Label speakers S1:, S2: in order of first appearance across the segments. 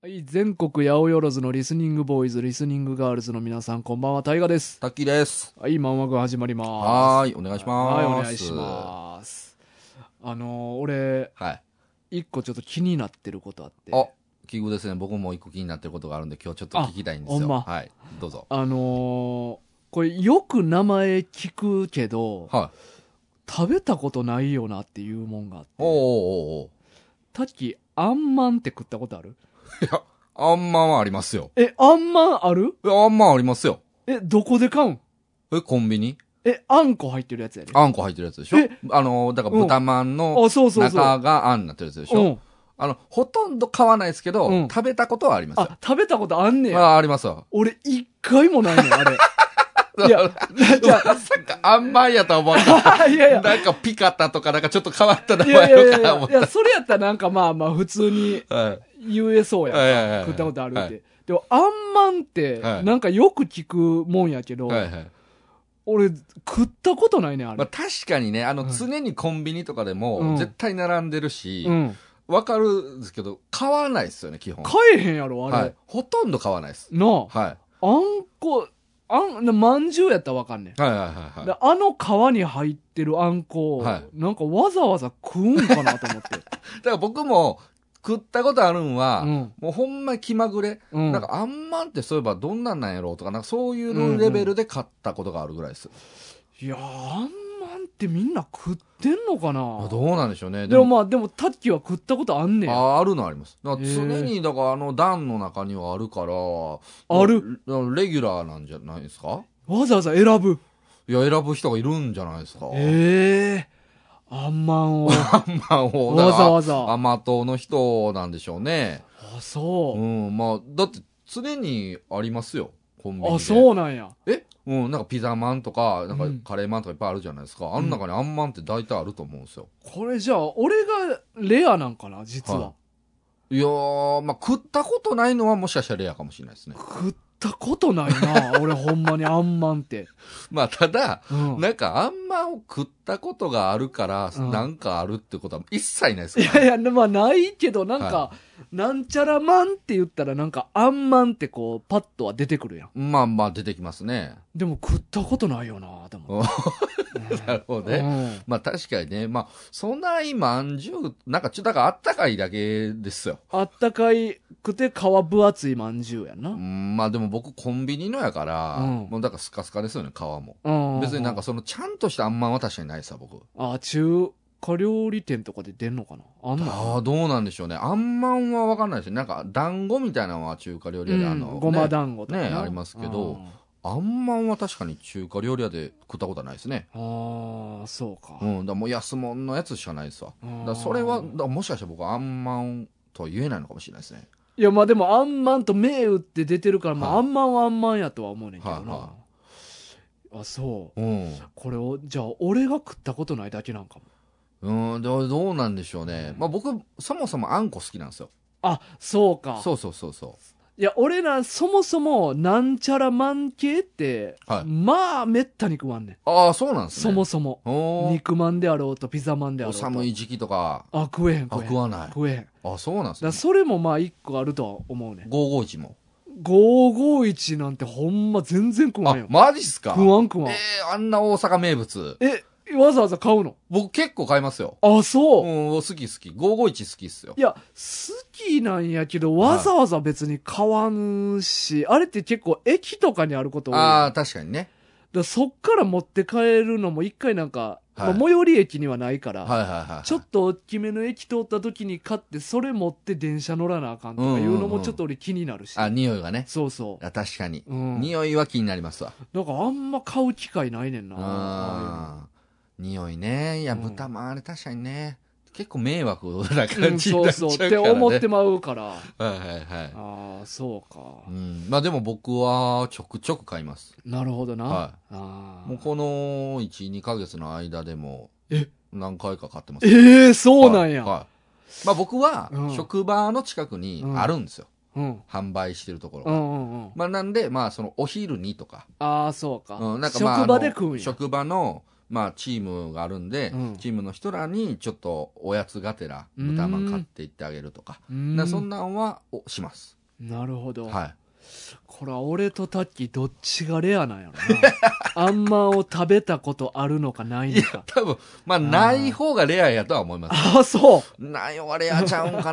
S1: はい、全国八百万のリスニングボーイズ、リスニングガールズの皆さん、こんばんは、タイガです。
S2: タッキーです。
S1: はい、マンワグ始まります。
S2: はーい、お願いしま
S1: は
S2: す。
S1: い、お願いします。あのー俺、
S2: す。はい。
S1: 一個ちょっと気になってることあって。
S2: あ、奇遇ですね。僕も一個気になってることがあるんで、今日ちょっと聞きたいんです
S1: あほ
S2: よ。
S1: んま
S2: はい。どうぞ。
S1: あのーこれよく名前聞くけど、
S2: はい。
S1: 食べたことないよなっていうもんがあって。
S2: おーおーおー
S1: タッキー、あんまんって食ったことある
S2: おーいや、あんまんはありますよ。
S1: え、あんまんある
S2: えあんまんありますよ。
S1: え、どこで買うん
S2: え、コンビニ
S1: え、あんこ入ってるやつやで。
S2: あんこ入ってるやつでしょ
S1: え
S2: あの、だから豚まんの
S1: あ、そうそうそう。
S2: 中があんになってるやつでしょ、
S1: うん。
S2: あの、ほとんど買わないですけど、
S1: うん
S2: 食べたことはありますよ
S1: あ。、食べたことあんねや。
S2: あありますよ。
S1: 俺、一回もないのよ、あ れ。い や、じゃ
S2: まさか、あんまんやとは思った。
S1: あ、いやいや。
S2: なんかピカタとかなんかちょっと変わった名
S1: いやいや
S2: 前
S1: い
S2: のかな
S1: や
S2: 思っ
S1: いや、それやったらなんかまあまあ普通に
S2: た。はい。
S1: 言えそうやん
S2: はいはいはいはい
S1: 食ったことあるっ
S2: はい
S1: て。でも、あんまんって、
S2: はい
S1: なんかよく聞くもんやけど、
S2: はいはい。
S1: 俺、食ったことないね、あ
S2: まあ
S1: れ。
S2: 確かにね、あ
S1: うん
S2: の、常にコンビニとかで
S1: うん
S2: も、絶対並んでるし
S1: う、ん。
S2: わかるんですけど、買わないですよね、基本。
S1: 買えへんやろ、あ
S2: は
S1: れ
S2: い。。ほとんど買わないです。
S1: なあ、
S2: は
S1: あんこ、あん、なまんじゅうやったらわかんねん。
S2: い。はいはいはい
S1: で
S2: は
S1: あの皮に入ってるあんこを、
S2: はい
S1: なんかわざわざ食うんかなと思 って。
S2: い。だから僕も、食ったことあるんは、
S1: うん
S2: もうほんま気まぐれ。
S1: うん、
S2: なんかあんまんってそういえばどんなんなんやろうとか、なんかそういうレベルで買ったことがあるぐらいです。
S1: いやーあんまんってみんな食ってんのか
S2: まあ
S1: な
S2: どうなんでしょうね。
S1: でもまあでもタッキーは食ったことあんねんあ
S2: ああるのあります。だから
S1: へー
S2: 常に、だからあの段の中にはあるから、
S1: る
S2: もうレギュラーなんじゃないですか
S1: わざわざ選ぶ
S2: いや、選ぶ人がいるんじゃないですか。
S1: ええあんまんを あ
S2: まあ、もう
S1: わざわざ
S2: だから甘党の人なんでしょうね。
S1: そうう、
S2: ん、まあ、だって常にありますよ、コンビニで。
S1: あ
S2: う
S1: そうなんや
S2: えうん、なんかピザマンとか、なんか
S1: うん
S2: カレーマンとかいっぱいあるじゃないですか。あの中にあんまんって大体あると思うんですよ。
S1: これじゃあ俺がレアなんかな実は、
S2: はいいやー、まあ、食ったことないのはもしかしたらレアかもしれないですね。
S1: 食ったことない な俺ほんまにあんまんって、
S2: まあ、ただ、
S1: うん、
S2: なんかあんまんを食ったことがあるから、
S1: うん
S2: なんかあるってことは一切ないです
S1: い
S2: から、
S1: やいやまあないけどなんか、
S2: は
S1: なんちゃらまんって言ったらなんかあんまんってこうパッとは出てくるやん
S2: まあまあ出てきますね。
S1: でも食ったことないよなで も、
S2: なるほどね。
S1: うん
S2: まあ確かにね、まあ、そんな今、まんじゅう、なんかちょ、だからあったかいだけですよ。
S1: あったかいくて皮分厚いまんじゅうや
S2: う
S1: な。
S2: ん、まあでも僕コンビニのやから、
S1: うん
S2: もうだからスカスカですよね、皮も。
S1: うん
S2: 別になんか。その、ちゃんとしたあんまんは確かにないさ、僕。
S1: あ、中華料理店とかで出んのかなあんの
S2: ああ、どうなんでしょうね。あんまんはわかんないですよ。なんか、団子みたいなのは中華料理
S1: う
S2: 屋で、あの、
S1: ん、ごま団子とかな、
S2: ねありますけどあんまんは確かに中華料理屋で食ったことはないですね。
S1: うん。ああ、そうか
S2: う。ん、だからもう安物のやつしかないですわ。
S1: うん
S2: だからそれは、だからもしかしたら僕あんまんとは言えないのかもしれないですね。
S1: いや、まあでも、あんまんと銘打って出てるから、まあ、
S2: はい
S1: あんまんはあんまんやとは思うねんけどな。
S2: は
S1: あ、そう。
S2: うん。
S1: これを、じゃあ、俺が食ったことないだけなんかも。
S2: うーん、どうどうなんでしょうね。まあ僕、そもそもあんこ好きなんですよ。
S1: あ、そうか。
S2: そうそうそうそ
S1: いや、俺ら、そもそも、なんちゃらまん系って、
S2: はい
S1: まあ、めったに食わんねん。
S2: う。ああ、そうなんですね。
S1: そもそも。
S2: おー
S1: 肉まんであろうとピザまんであろうと
S2: 寒い時期とか、
S1: あ食えへん
S2: あ
S1: 食えへん
S2: 食わない。
S1: 食えへんだか
S2: あそうなんです
S1: ら
S2: ね。
S1: それもまあ一個あるとは思うね
S2: 551も。
S1: 551なんてほんま全然食わ
S2: あ
S1: んよ、
S2: マジっすか
S1: 食わん食わん
S2: えー、あんな大阪名物。
S1: えわざわざ買うの
S2: 僕結構買いますよ。
S1: あ
S2: う
S1: そう、い
S2: ん、好き好き。551好きっすよ。
S1: や好きなんやけどわざわざ別に買わんし、あれって結構駅とかにあること多いやん
S2: ああ、
S1: だか
S2: 確かにね。
S1: らそっから持って帰るのも一回なんか、
S2: はい
S1: まあ最寄り駅にはないから、
S2: はいはいはいはい。
S1: ちょっと大きめの駅通った時に買ってそれ持って電車乗らなあかんとかいうのもちょっと俺気になるし、
S2: あ、匂いがね。
S1: そうそう。
S2: あ確かに。
S1: うん。
S2: 匂いは気になりますわ。
S1: なんかあんま買う機会ないねんな。あ
S2: あー匂いね。いや、
S1: うん
S2: 豚もあれ確かにね。結構迷惑な
S1: あ いうの
S2: 感じに
S1: う
S2: なんっちゃ
S1: そううそう。
S2: から
S1: っ
S2: ね。
S1: て思ってまうから。あ
S2: はいはいはい。
S1: あ、そうか
S2: う。ん。まあでも僕はちょくちょく買います。
S1: なるほどな。
S2: は
S1: ああ
S2: もうこの1、2ヶ月の間でも
S1: え、
S2: 何回か買ってます。
S1: ええそうなんや。
S2: はいはいまあ僕は
S1: うん、
S2: 職場の近くにあるんですよ。
S1: うん。
S2: 販売してるところ
S1: う
S2: が。
S1: んうんうん。
S2: まあなんで、まあそのお昼にとか、
S1: ああ、そうか。
S2: うん、なんかまあ、
S1: 職場で食
S2: あ
S1: うん
S2: の
S1: や。
S2: 職場の、まあ、チームがあるんで、
S1: うん
S2: チームの人らにちょっとおやつがてら豚まん買っていってあげるとか
S1: うん
S2: なそんなんはおします
S1: なるほど。
S2: はい。
S1: これは俺とタッキーどっちがレアなんや ろな。あんまを食べたことあるのかない
S2: い
S1: の
S2: や
S1: か、。
S2: 多分、まあ、ない方がレアやとは思います。
S1: ああ、そう。
S2: ないはレアちゃうんか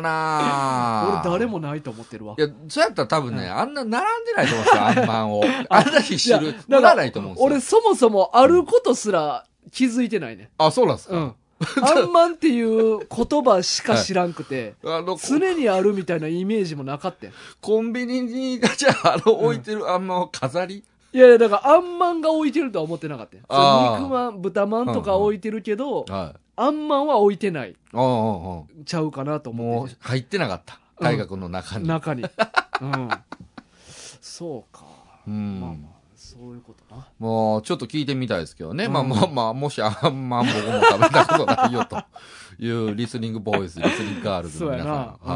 S2: な
S1: 俺誰。もないと思ってるわ
S2: い。や、そうやったら多分ね、あんな並んでないと思う んですよ、あんまんを。あんなに知
S1: だ
S2: る。な
S1: から
S2: らないと思うんですよ。
S1: 俺そもそもあることすら気づいてないね。
S2: あ、そうなんです
S1: う
S2: か。
S1: ん。あんまんっていう言葉しか知らんくて、
S2: あの、こ
S1: 常にあるみたいなイメージもなかったよ
S2: コンビニに、じゃあ、あの、置いてるあんまんを飾り
S1: いやいや、だからあんまんが置いてるとは思ってなかったよそ
S2: あー
S1: う肉まん、豚まんとか置いてるけど、
S2: はい。
S1: あんまんは置いてない。
S2: うんうんうん。
S1: ちゃうかなと思
S2: も
S1: って
S2: う、入ってなかった。大学の中
S1: て、
S2: に。
S1: 中に。うん。そうか。
S2: う
S1: まあ
S2: ん
S1: ま。あ、そういうことな。
S2: もう、ちょっと聞いてみたいですけどね。
S1: うん
S2: まあまあまあ、もしあんまん僕も食べたことないよというリスニングボーイズ、リスニングガールズ
S1: そ
S2: の
S1: うや
S2: 皆さん。
S1: な。う
S2: は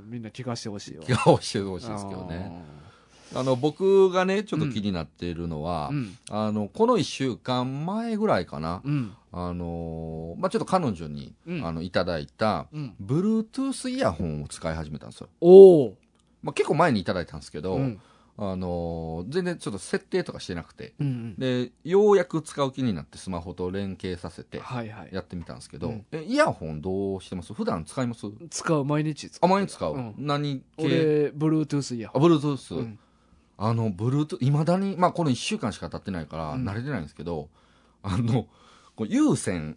S1: ん。みんな聞かしてほしいよ
S2: い。。気が欲してほしいですけどね。あの、僕がね、ちょっと気になっているの
S1: あー。
S2: は
S1: う、ん。
S2: あの、この一週間前ぐらいかな。
S1: うん。
S2: あのー、まあちょっと彼女に、
S1: うん
S2: あの、いただいた、
S1: うん。
S2: Bluetooth イヤホンを使い始めたんですよ。
S1: おお。
S2: まあ結構前にいただいたんですけど、
S1: うん。
S2: あのー、全然ちょっと設定とかしてなくて、
S1: うん。
S2: で、ようやく使う気になってスマホと連携させて
S1: はいはい。
S2: やってみたんですけど、
S1: うん
S2: え、イヤホンどうしてます普段使います
S1: 使う、毎日使う。
S2: あ、毎日使う、
S1: うん
S2: 何系
S1: 俺、Bluetooth イヤ
S2: あ、
S1: ホ
S2: Bluetooth、
S1: ン。うん
S2: あの、Bluetooth、いまだに、まあこの1週間しか経ってないから
S1: うん
S2: 慣れてないんですけど、あの、こう有線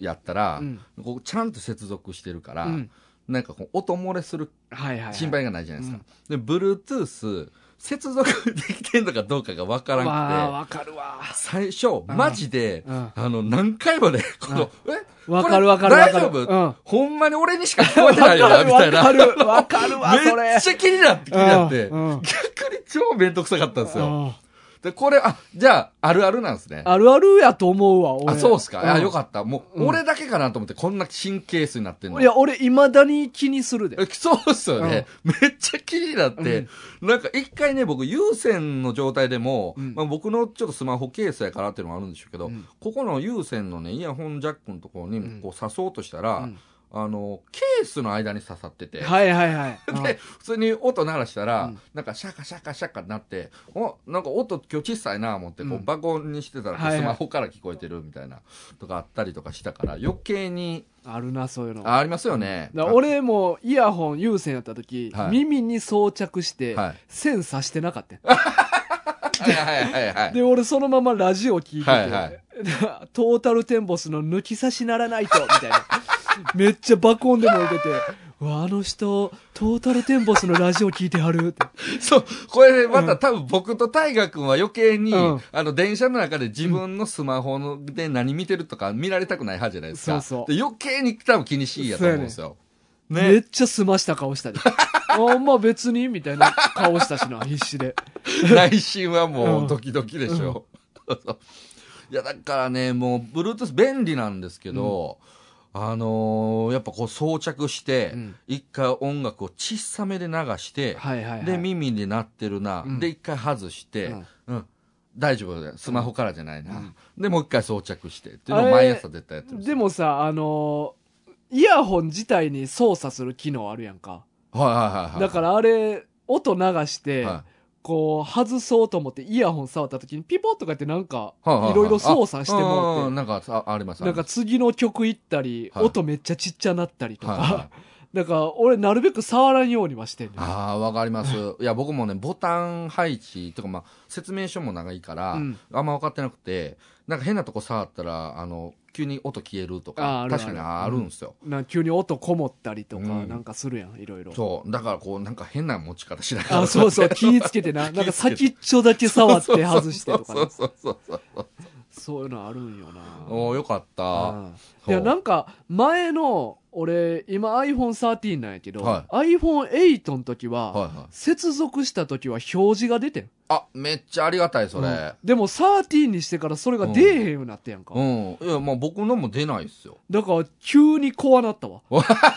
S2: やったら、
S1: うん
S2: こうちゃんと接続してるから、
S1: うん。
S2: なんかこう音漏れする
S1: はいはいはい。
S2: 心配がないじゃないですか。で、Bluetooth、接続できてんのかどうかがわから
S1: わあ、
S2: なくて、
S1: わかるわ。
S2: 最初、マジで、
S1: うん。
S2: あの、何 回もね、この、え
S1: わかるわかるわかる。
S2: 大丈夫
S1: うん。わ
S2: ほんまに俺にしか聞こえてな
S1: か
S2: い
S1: る
S2: よな、みたい
S1: わか
S2: な。
S1: る。わかるわ、そ
S2: め
S1: れ
S2: っ。ちゃ気になって、気になって
S1: う。んうん
S2: 逆に超めんどくさかったんですよ。
S1: うん
S2: で、これ、あ、じゃあ、あるあるなんですね。あ、
S1: あるあるやと思うわ、俺。
S2: そうっすか。あ、
S1: ん
S2: よかった。もう、
S1: うん
S2: 俺だけかなと思って、こんな神経質になってんの。
S1: いや、俺、未だに気にするで。
S2: え そうっすよね。めっちゃ気になって、なんか一回ね、僕、有線の状態でも、
S1: うん
S2: まあ、僕のちょっとスマホケースやからっていうのもあるんでしょうけど、
S1: うん
S2: ここの有線のね、イヤホンジャックのところ
S1: うん
S2: にこう刺そうとしたら、
S1: うん
S2: あの、ケースの間に刺さってて、
S1: はいはいはい。
S2: で、普通に音鳴らしたら、
S1: うん
S2: なんかシャカシャカシャカになって、お、なんか音今日小さいなぁ思って、こ
S1: う
S2: うんバコンにしてたら、こう
S1: はいはい
S2: スマホから聞こえてるみたいな、とかあったりとかしたから、余計に、
S1: うんあるな、そういうの。
S2: あありますよね。
S1: だから俺もイヤホン有線やった時、
S2: はい
S1: 耳に装着して、
S2: はい
S1: 線刺してなかったよ、
S2: はいはいはいはい。
S1: で俺そのままラジオ聞いてて、
S2: はいはい
S1: トータルテンボスの抜き差しならないとみたいな めっちゃ爆音でも受けてうわあの人トータルテンボスのラジオ聞いてはるって
S2: そう、これね、また多分僕と大河君は余計に、
S1: うん
S2: あの、電車の中で自分のスマホので何見てるとか見られたくない派じゃないですか。
S1: そうそう
S2: で余計に多分気にしいやと思うんですよ。
S1: め
S2: ね
S1: っ。ちゃ済ました顔した であんま別にみたいな顔したしな必死 で
S2: 内心はも
S1: うん
S2: うドキドキでしょ。 そういや、だからね、もう、Bluetooth 便利なんですけど、あのーやっぱこう装着して
S1: うん、
S2: 一、回音楽を小さめで流して、
S1: はいはい、はい、
S2: で、耳になってるな。
S1: うん
S2: で、一回外して、
S1: うん
S2: うん。大丈夫だよ。スマホからじゃないな。で、もう一回装着して。っていう
S1: あ
S2: のを
S1: れ
S2: 毎朝絶対やってる。
S1: でもさあのーイヤホン自体に操作する機能あるやんか
S2: はいはいはいはい。
S1: だからあれ、音流して、
S2: は
S1: こう、外そうと思ってイヤホン触った時にピポッとかってなんか、
S2: い、はいはいはい
S1: ろいろ操作して
S2: あ
S1: も
S2: う
S1: っ
S2: んなんかあ、あります
S1: て、なんか次の曲行ったり、
S2: はい
S1: 音めっちゃちっちゃなったりと
S2: ありますはいはい
S1: か、だから俺なるべく触らんようにはしてんねん
S2: あー、わかります。いや、僕もね、ボタン配置とか、まあ、説明書も長いから、
S1: うん
S2: あんま分かってなくて、なんか変なとこ触ったら、あの、急に音消えると
S1: あーあ、
S2: か
S1: るある
S2: 確かにあるんですよ。
S1: なんか急に音こもったりとか、
S2: うん
S1: なんかするやん、いろいろ。
S2: そう。だからこう、なんか変な持ち方しながら。
S1: あ、そうそう、気ぃつけて な。なんか先っちょだけ触って外してとか
S2: そ
S1: な
S2: う。そうそうそうそう。
S1: そういうのあるんよな。
S2: おーよかった。
S1: うん
S2: そ
S1: いうや、なんか、前の、俺、今 iPhone13 なんやけど、
S2: は
S1: iPhone8 の時は、
S2: はいはい。
S1: 接続した時は表示が出てん。
S2: あ、めっちゃありがたい、それ。
S1: でも13にしてからそれが出えへんようになってやんか。
S2: うん。いや、まあ僕のも出ないっすよ。
S1: だから、急に怖な ったわ。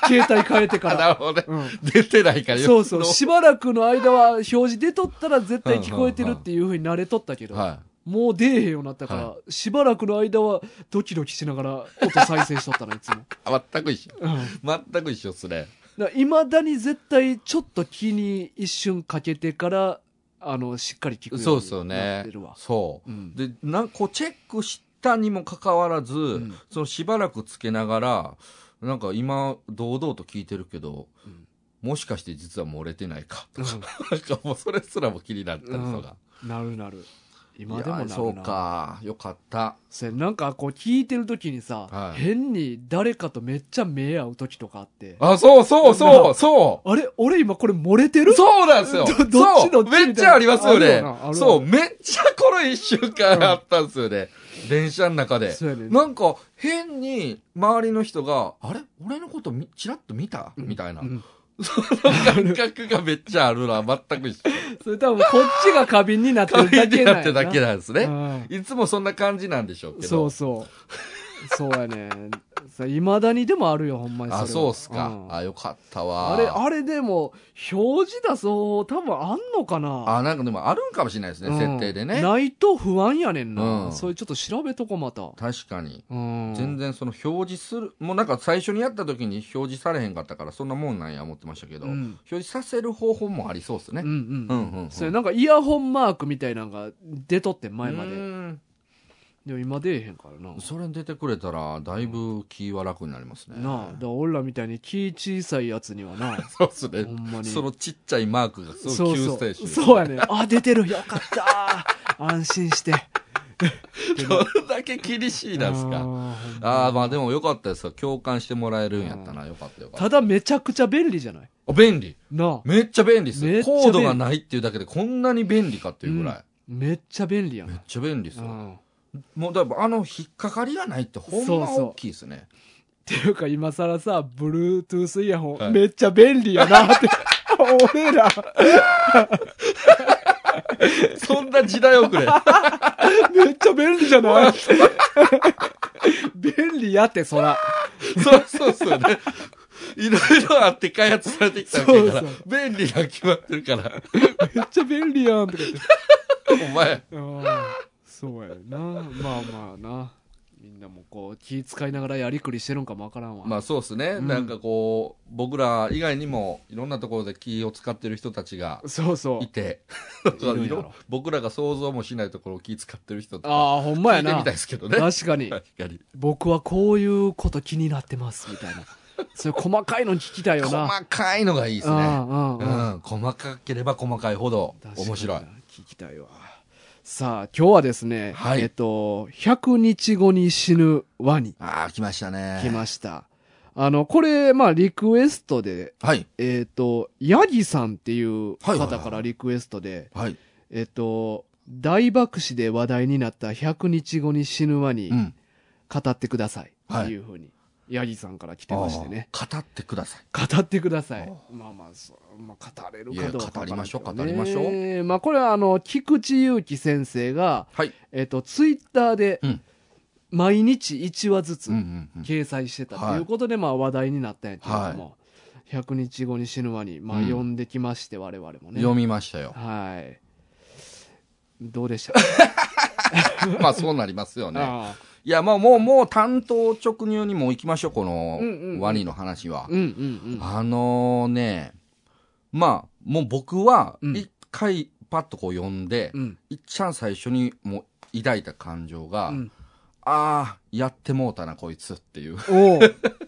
S1: 携帯変えてか
S2: あ、
S1: ら。
S2: なるほどね。
S1: うん、
S2: 出てないから
S1: そうそう。
S2: の
S1: しばらくの間は表示出とったら絶対聞こえてるっていう風に慣れとったけど、
S2: は
S1: もう出えへんようになったから、
S2: は
S1: しばらくの間は ドキドキしながら音再生しとったの、いつも。
S2: い。全く一緒。
S1: うん
S2: 全く一緒っすね。
S1: いまだに絶対ちょっと気に一瞬かけてから、あの、しっかり聞く
S2: そ
S1: よ
S2: う
S1: う
S2: ですよ
S1: になっ
S2: ね
S1: てるわ。。
S2: そう。
S1: うん
S2: で、なんこうチェックしたにもかかわらず、
S1: ん
S2: そのしばらくつけながら、なんか今、堂々と聞いてるけど、
S1: うん
S2: もしかして実は漏れてないかとか、
S1: うん
S2: なんかもうそれすらも気になったりとか。
S1: なるなる。
S2: い
S1: 今
S2: や
S1: でもなるな。
S2: そうか、よかった。
S1: それなんかこう聞いてる時にさ、
S2: はい
S1: 変に誰かとめっちゃ目合う時とかあって、あ
S2: あ、そうそう
S1: な
S2: そ
S1: ん
S2: う、そう。
S1: れ俺今これ漏れてる
S2: そうなんですよ。
S1: ど どっち
S2: そう
S1: どっちみたいな
S2: めっちゃありますよ
S1: あるよ
S2: ね
S1: なあるあ。る
S2: そう、めっちゃこの一週間あったんですよね。電車の中で。
S1: そうやねん
S2: なんか、変に、周りの人が、あれ俺のことみ、ちらっと見たみたいな
S1: う。ん
S2: 感覚がめっちゃあるな。全く一緒。
S1: それ多分こっちが過敏になって
S2: 過
S1: るだ
S2: 敏
S1: け
S2: に
S1: なん
S2: な
S1: や
S2: って
S1: な
S2: だけなんですね。
S1: うん
S2: いつもそんな感じなんでしょうけど。
S1: そうそう。そうやね。いまだにでもあるよ、ほんまにれは
S2: あ、そうっすか。
S1: ん
S2: あ、よかったわ。
S1: あれ、あれでも、表示出そう、多分あんのかな
S2: あ、なんかでもあるんかもしれないですね。
S1: うん
S2: 設定でね。
S1: ないと不安やねんな。
S2: うん
S1: それちょっと調べとこ、また。
S2: 確かに。
S1: うん。
S2: 全然その表示する、もうなんか最初にやった時に表示されへんかったから、そんなもんなんや思ってましたけど、
S1: うん
S2: 表示させる方法もありそうですね
S1: う。ん
S2: う
S1: うんん。
S2: うんうん
S1: それなんかイヤホンマークみたいなのが出とってん前ま
S2: う
S1: で。
S2: ん
S1: でも今出えへんからな。
S2: それ出てくれたら、だいぶ気は楽になりますね。
S1: なあ、だから俺らみたいに気小さいやつには な。
S2: そうですね
S1: ほんま。に
S2: そのちっちゃいマークがす
S1: そう
S2: ごい救
S1: そ
S2: 世
S1: う。
S2: 主。
S1: そうやね。あ、出てる。よかった。安心して。
S2: それだけ厳しいなんす
S1: あー
S2: か。
S1: ほんま
S2: ああ、まあでもよかったですよ。共感してもらえるんやったな。よかったよかった
S1: だめちゃくちゃ便利じゃない
S2: た。あ便利。
S1: なあ。
S2: めっちゃ便利っす
S1: め
S2: よ。
S1: っちゃ便
S2: コ
S1: 利
S2: ードがないっていうだけでこんなに便利かっていうぐら
S1: めっちゃ便利や
S2: い。めっ
S1: な。
S2: ちゃ便利っす
S1: う
S2: よ。
S1: ん。っ
S2: もうだからあの引っかかりがないってほんま大きいですね。
S1: ていうか今更さ、Bluetooth イヤホン、
S2: はい
S1: めっちゃ便利やなって。俺ら、
S2: そんな時代遅 れ。
S1: めっちゃ便利じゃない便利やって、そら。
S2: そうそうっすよね。いろいろあって開発されてきたわけやから
S1: そうそ、
S2: 便利が決まってるから、
S1: めっちゃ便利やんとか言って。
S2: お前、
S1: ああそうやな。まあまあな。みんなもこう気使いながらやりくりしてるんかもわからんわ。
S2: まあそうですね、
S1: うん
S2: なんかこう、僕ら以外にも、いろんなところで気を使ってる人たちが
S1: そうそ。
S2: いうて、
S1: いるん やろ
S2: いろ僕らが想像もしないところを気使ってる人とか、
S1: ああ、ほんま
S2: 聞
S1: や
S2: いてみた
S1: な。
S2: いですけどね。
S1: 確かに。
S2: 確かに。
S1: 僕はこういうこと気になってます、みたいな。それ細かいの聞きたいよな。
S2: 細かいのがいいですね。
S1: うん
S2: う
S1: うんうん。
S2: ん、細かければ細かいほど
S1: 確かに
S2: 面白い。。
S1: 聞きたいわ。さあ、今日はですね、
S2: はい
S1: えっと、100日後に死ぬワニ、
S2: ああ、来ましたね。
S1: 来ました。あの、これ、まあ、リクエストで、
S2: はい。
S1: えっ、と、ヤギさんっていう
S2: はいはい
S1: 方
S2: はい
S1: からリクエストで、
S2: はい。
S1: えっ、と、大爆死で話題になった100日後に死ぬワニ
S2: うん。
S1: 語ってください。
S2: はい
S1: っていうふうに、ヤギさんから来てましてね。
S2: あー語ってください。
S1: 語ってください
S2: あ。
S1: まあまあ、そうまあ、語れるかどうかわからんけどね、
S2: いや語りましょう語りましょ
S1: う。まあこれはあの、菊池祐希先生が、
S2: はい。
S1: えっ、と、ツイッターで
S2: うん、
S1: 毎日1話ずつ
S2: うんうんうん。
S1: 掲載してたと
S2: はい
S1: いうことで、まあ話題になったんやけれども、100日後に死ぬワニ、まあ
S2: うん
S1: 読んできまして、我々もね。
S2: 読みました よ。
S1: はい。どうでした
S2: まあそうなりますよね。
S1: ああ
S2: いや、 まあもう、もう担当直入にもう行きましょう、こ
S1: うんうんうん
S2: のワニの話は。
S1: うんうんうん。
S2: あのね、まあ、もう僕は
S1: うん
S2: 一回パッとこう読んで、
S1: うん。
S2: いっちゃん最初にもう抱いた感情が、
S1: うん
S2: ああ、やってもうたな、こいつっていう。
S1: おう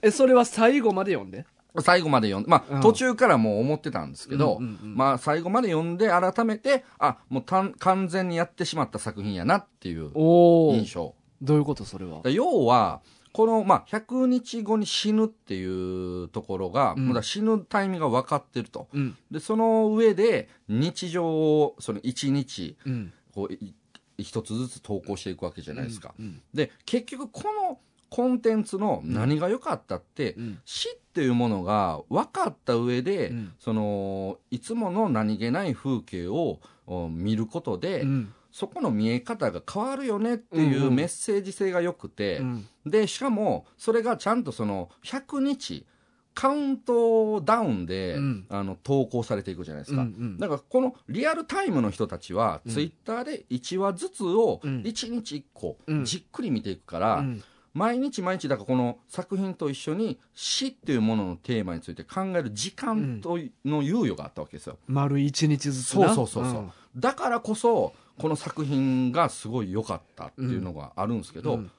S1: え、それは最後まで読んで
S2: 最後まで読んで、ま
S1: う
S2: あ
S1: ん
S2: 途中からもう思ってたんですけど、
S1: うんうんうん
S2: まあ最後まで読んで改めて、あ、もうたん完全にやってしまった作品やなっていう
S1: おお。
S2: 印象。
S1: どういうことそれは
S2: だか。ら要は、この、まあ、100日後に死ぬっていうところが、
S1: うん
S2: まだ死ぬタイミングが分かってると。
S1: うん。
S2: で、その上で、日常を、その1日、
S1: うん。
S2: こう、い一つずつ投稿していくわけじゃないですか。
S1: うん。
S2: で、結局、このコンテンツの何が良かったって、
S1: うん。
S2: 死っていうものが分かった上で、
S1: うん
S2: その、いつもの何気ない風景をお見ることで、
S1: うん
S2: そこの見え方が変わるよねっていうメッセージ性が良くて、
S1: うん
S2: で、しかも、それがちゃんとその、100日、カウントダウンで、
S1: うん
S2: あの、投稿されていくじゃないですか。
S1: うん
S2: だから、このリアルタイムの人たちは、
S1: うん
S2: ツイッターで1話ずつを、
S1: うん
S2: 1日1個
S1: う、ん
S2: じっくり見ていくから、
S1: うん
S2: 毎日毎日だからこの作品と一緒に死っていうもののテーマについて考える時間といの猶予があったわけですよ、
S1: 丸一日ずつ
S2: そう
S1: な
S2: そうそうそう、だからこそこの作品がすごい良かったっていうのがあるんですけど、
S1: うん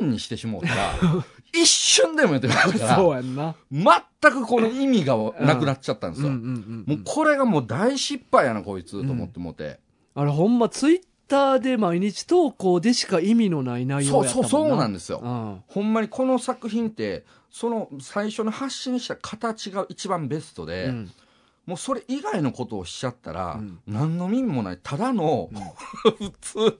S2: 本にしてしもうたら 一瞬でもやって
S1: う
S2: ま
S1: ん
S2: す
S1: そう
S2: か
S1: やんな
S2: ら全くこの意味がなくなっちゃったんですよ、
S1: ん
S2: もうこれがもう大失敗やなこいつと思ってもうて、
S1: あれほんまツイッターで毎日投稿でしか意味のない内
S2: そ
S1: 容
S2: う
S1: やった
S2: そ
S1: もん
S2: う
S1: な
S2: そうなん
S1: で
S2: ですよ、ほんまにこの作品ってその最初の発信した形が一番ベストで、
S1: うん
S2: もうそれ以外のことをしちゃったら、
S1: うん
S2: 何の意味もないただの、 普通の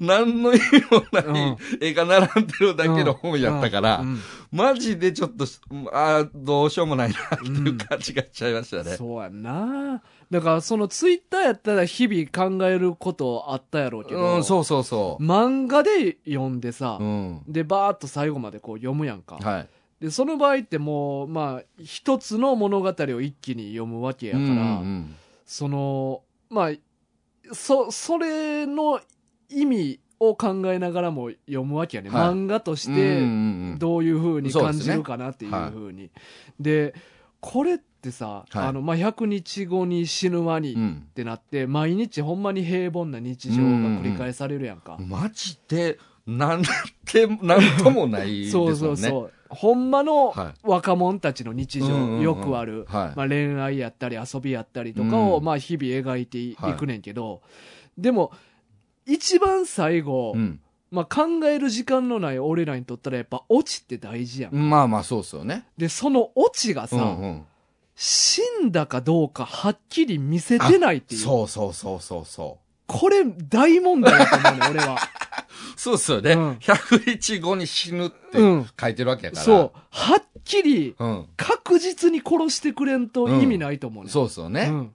S2: 何の意味もな
S1: う
S2: い
S1: ん
S2: 絵が並んでるだけの本やったから、
S1: うん
S2: マジでちょっとあーどうしようもないなっていう感じがしちゃいましたね、
S1: そうやんなだからそのツイッターやったら日々考えることあったやろうけど、
S2: うん、そうそうそ
S1: 漫画で読んでさ
S2: う、、うん、
S1: でバーっと最後までこう読むやんか、
S2: はい
S1: でその場合ってもうまあ一つの物語を一気に読むわけやから、
S2: うんうん
S1: そのまあそそれの意味を考えながらも読むわけやね、
S2: はい
S1: 漫画とし
S2: うん
S1: て
S2: うんうん
S1: どういうふうに
S2: そうで
S1: 感
S2: す
S1: じ
S2: ね
S1: るかなっていうふう
S2: はい
S1: に、でこれってさ、
S2: はい
S1: あのまあ、100日後に死ぬワニ
S2: うん
S1: ってなって、毎日ほんまに平凡な日常が繰り返されるやんか、
S2: マジで、なんて、なんともないですも ん
S1: そ
S2: ね。
S1: うそうそうほんまの
S2: は
S1: 若者たちの日常、
S2: うんうんうん
S1: よくある、
S2: はい。
S1: まあ、恋愛やったり遊びやったりとかを、
S2: うん
S1: まあ日々描いてい,、
S2: はい
S1: くねんけどでも一番最後、
S2: うん。
S1: まあ、考える時間のない俺らにとったらやっぱオチって大事やん、
S2: まあまあ、そうですよね。
S1: でそのオチがさ、
S2: うんうん。
S1: 死んだかどうかはっきり見せてないっていう
S2: そうそうそうそうそ
S1: これ大問題だと思うね俺 は、
S2: う。そうっすよね。
S1: うん
S2: 100日後に死ぬって
S1: うん、
S2: 書いてるわけやから。
S1: そうはっきり
S2: う。うん。
S1: 確実に殺してくれんと意味ないと思うね、
S2: そうっすよね。
S1: うん、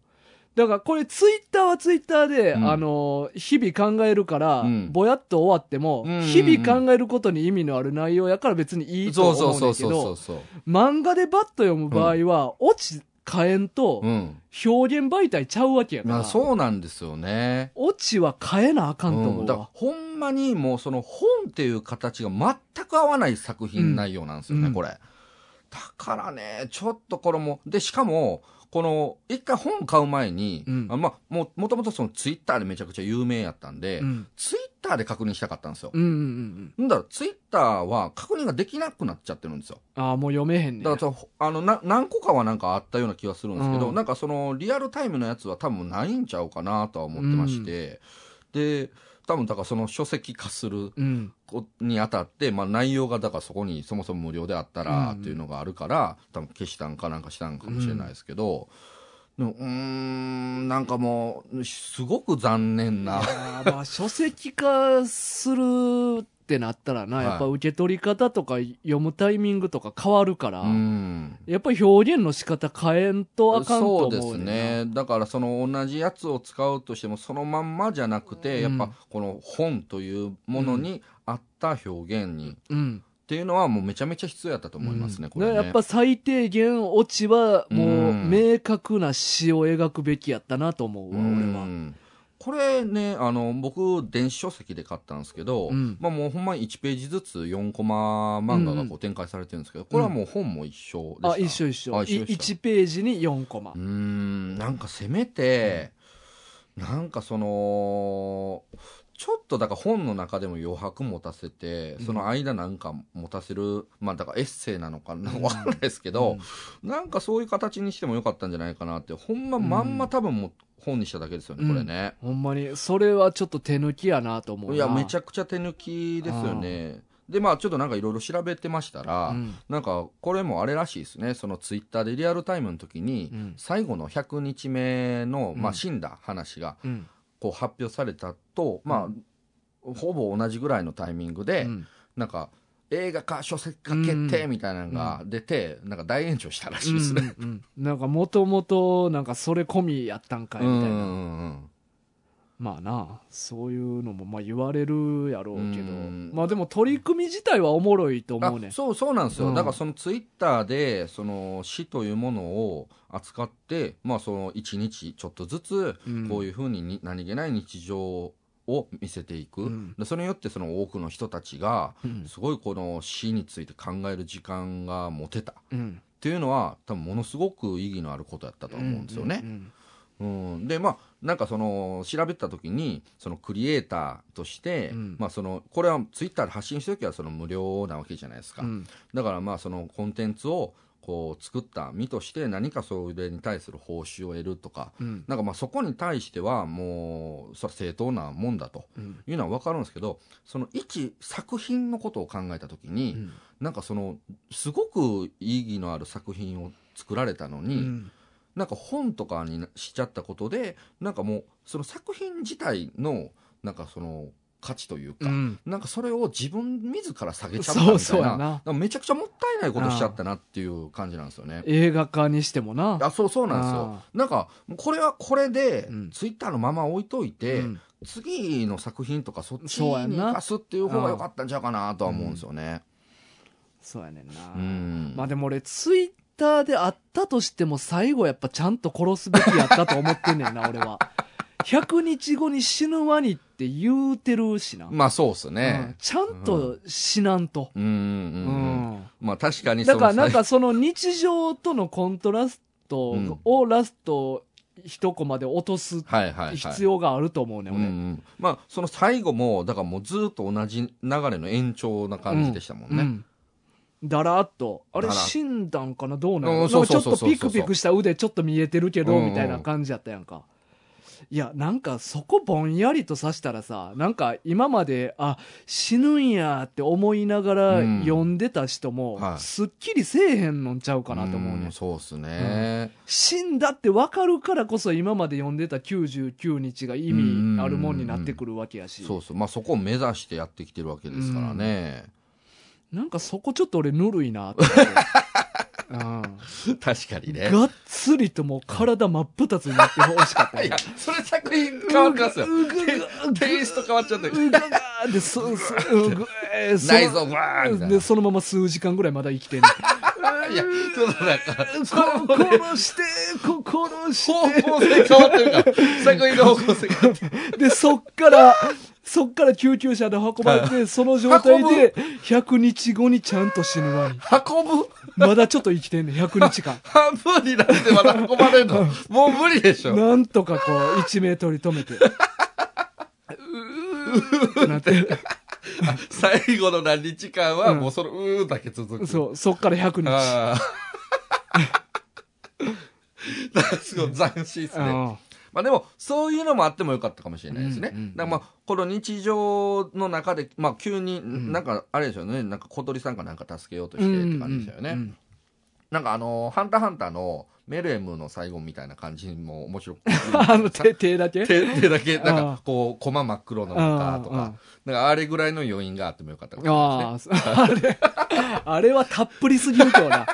S1: だからこれツイッターはツイッターで、
S2: うん
S1: あの日々考えるから、
S2: うん
S1: ぼやっと終わっても、
S2: うんうんうん
S1: 日々考えることに意味のある内容やから別にいいと
S2: そ
S1: 思
S2: うそう
S1: うんだ
S2: そう
S1: け
S2: そう
S1: ど
S2: そう。
S1: 漫画でバッと読む場合は、落ち変えんと
S2: うん。
S1: 表現媒体ちゃうわけやから、
S2: まあ、そうなんですよね。
S1: 落ちは変えなあかんと思
S2: う
S1: うん
S2: だ
S1: わ、
S2: からほんまにもうその本っていう形が全く合わない作品内容なんですよね、
S1: うん
S2: これ。だからね、ちょっとこれも、で、しかも、この、一回本買う前に、
S1: うん
S2: あまあ、もう、もともとそのツイッターでめちゃくちゃ有名やったんで、
S1: うん
S2: ツイッターで確認したかったんですよ。
S1: うんうんうんうん
S2: ん、だからツイッターは確認ができなくなっちゃってるんですよ。
S1: ああもう読めへんねん
S2: だからそのあのな、何個かはなんかあったような気がするんですけど、
S1: うん
S2: なんかそのリアルタイムのやつは多分ないんちゃうかなとは思ってまして、で、多分だからその書籍化する
S1: うん
S2: こにあたって、まあ内容がだからそこにそもそも無料であったら
S1: うん
S2: っていうのがあるから、多分消したんかなんかしたんかもしれないですけど、でもうーん、なんかもう、すごく残念
S1: い
S2: な。
S1: やーまあ書籍化するってなったらな、
S2: はい
S1: やっぱ受け取り方とか読むタイミングとか変わるから、
S2: うん
S1: やっぱり表現の仕方変えんとあかんと思
S2: そう
S1: う
S2: ですねだからその同じやつを使うとしてもそのまんまじゃなくて、
S1: うん
S2: やっぱこの本というものに合った表現に、っ
S1: うん
S2: ていうのはもうめちゃめちゃ必要やったと思いますね、
S1: うん
S2: これね
S1: だからやっぱ最低限オチはもう
S2: うん
S1: 明確な詩を描くべきやったなと思うわ、俺は
S2: う。んこれねあの僕電子書籍で買ったんですけど、
S1: うん
S2: まあ、もうほんまに1ページずつ4コマ漫画がこう展開されてるんですけど、これはもう本も一緒でした
S1: あ、一緒一緒。
S2: あ
S1: い
S2: 一緒でした
S1: 1ページに4コマ
S2: うー。んなんかせめて、なんかそのちょっとだから本の中でも余白持たせて
S1: うん
S2: その間なんか持たせる、まあだからエッセイなのかな分かんないですけど、なんかそういう形にしてもよかったんじゃないかなってほんままんま多分もう本にしただけですよね、これね、
S1: ほんまに、それはちょっと手抜きやなと思うな。
S2: いやめち
S1: ゃ
S2: ゃくちゃ手抜きですよねでまあちょっとなんかいろいろ調べてましたら、
S1: うん
S2: なんかこれもあれらしいですねそのツイッターでリアルタイムの時に、
S1: うん
S2: 最後の100日目の、ま
S1: う
S2: あ、
S1: ん
S2: 死んだ話が
S1: うん
S2: こう発表されたと、ま
S1: う
S2: あほぼ同じぐらいのタイミングで、
S1: うん
S2: なんか映画化書籍化決定みたいなのが出て、なんか大炎上したらしいですね。
S1: うんうんうん、なんかもともとなんかそれ込みやったんかいみたいな、
S2: うんうんうん
S1: まあなそういうのもまあ言われるやろうけど、
S2: うん
S1: まあでも取り組み自体はおもろいと思うね
S2: あそうそうなんですよ、
S1: うん
S2: だからそのツイッターでその死というものを扱って、まあ、その1日ちょっとずつ
S1: うん
S2: こういうふうにに何気ない日常をを見せていく、
S1: うん
S2: でそれによってその多くの人たちが
S1: うん
S2: すごいこの死について考える時間が持てたっ
S1: うん
S2: ていうのは多分ものすごく意義のあることやったと思うんですよね。
S1: うん
S2: うん、でまあなんかその調べた時にそのクリエイターとして、
S1: うん
S2: まあ、そのこれはツイッターで発信した時はその無料なわけじゃないですか、
S1: うん
S2: だからまあそのコンテンツをこう作った身として何かそれに対する報酬を得るとか
S1: うん
S2: なんかまあそこに対してはもうそれは正当なもんだと
S1: うん
S2: いうのは分かるんですけどその一作品のことを考えた時に、なんかそのすごく意義のある作品を作られたのに、
S1: うん
S2: なんか本とかにしちゃったことでなんかもうその作品自体のなんかその価値というか、
S1: うん
S2: なんかそれを自分自ら下げちゃったみたいな
S1: そうそうやな
S2: なんかめちゃくちゃもったいないことしちゃったなっていう感じなんですよね。
S1: 映画化にしてもな
S2: あそうそうなんですよ
S1: あ。
S2: なんか、これはこれで
S1: うん、
S2: ツイッターのまま置いといて、
S1: うん
S2: 次の作品とかそっち
S1: そうや
S2: に
S1: な
S2: 生かすっていう方が良かったんちゃうかなとは思うんですよね。
S1: そうやねんな、
S2: うん。
S1: まあでも俺ツイッターであったとしても最後やっぱちゃんと殺すべきやったと思ってんねんな俺は100日後に死ぬワニって言うてるしな、
S2: まあそうっす
S1: うん
S2: ね。
S1: ちゃんと死なんと、
S2: うんうんうんうん。
S1: うん
S2: まあ確かに
S1: だから
S2: その
S1: なんかその日常とのコントラストをラスト一コマで落とす
S2: はいはいはい。
S1: 必要があると思うね、
S2: うんうんまあその最後も、だからもうずっと同じ流れの延長な感じでしたも
S1: 俺。
S2: ん
S1: う
S2: ね。
S1: んだらっと、あれ
S2: だら
S1: 死んだんかなどうな
S2: う
S1: の
S2: んそう
S1: ちょ
S2: そう
S1: っ
S2: そう
S1: と
S2: そう
S1: ピクピクした腕ちょっと見えてるけ
S2: う
S1: ど、
S2: んうん
S1: みたいな感じやったやんか。いや、なんかそこぼんやりとさしたらさ、なんか今まで、あ、死ぬんやって思いながら
S2: うん
S1: 読んでた人も、
S2: はい
S1: すっきりせえへんのんちゃうかなと思うね
S2: ん。そうっすね。
S1: 死んだって分かるからこそ今まで読んでた99日が意味あるもんになってくるわけやし、
S2: そうそう。まあそこを目指してやってきてるわけですからね。
S1: なんかそこちょっと俺ぬるいなって思って、うん、
S2: 確かにね。
S1: がっつりともう体真っ二つになってほしかった
S2: い
S1: ね
S2: や、それ作品変わってますよ
S1: う。ぐうぐ
S2: テイスト変わっちゃって
S1: う。ぐがーでそそうぐえーその
S2: 内臓バーンみたいな
S1: でそのまま数時間ぐらいまだ生き てんの
S2: いや、ちょっとなんか、
S1: こ殺してこ殺して
S2: 方向性変わってるから。 作品の方向性変わってる。
S1: で、そっから、そっから救急車で運ばれて、その状態で、100日後にちゃんと死ぬワニ。
S2: 運ぶ
S1: まだちょっと生きてんねん、100日 間。
S2: 半分になってまだ運ばれ るの。もう無理でしょ。
S1: なんとかこう、1メートル止めて。うーなって、
S2: 最後の何日間はもうその、うーだけ続く。
S1: そう、そっから100日。
S2: あ ーなんかすごい斬新ですね。まあでも、そういうのもあってもよかったかもしれないですね。
S1: うんうんうん
S2: だからまあ、この日常の中で、まあ急に、なんか、あれでしょうね、なんか小鳥さんかなんか助けようとしてって感じでしたよね。
S1: うん
S2: なんかあのーハンターハンターのメルエムの最後みたいな感じも面白く
S1: あの、手、手だけ
S2: 手手だけ、なん
S1: あ
S2: か
S1: ー
S2: こう、コマ真っ黒の中とか、なんかあれぐらいの余韻があってもよかったかもしれないですね
S1: ああ、あれ、あれはたっぷりすぎるとな。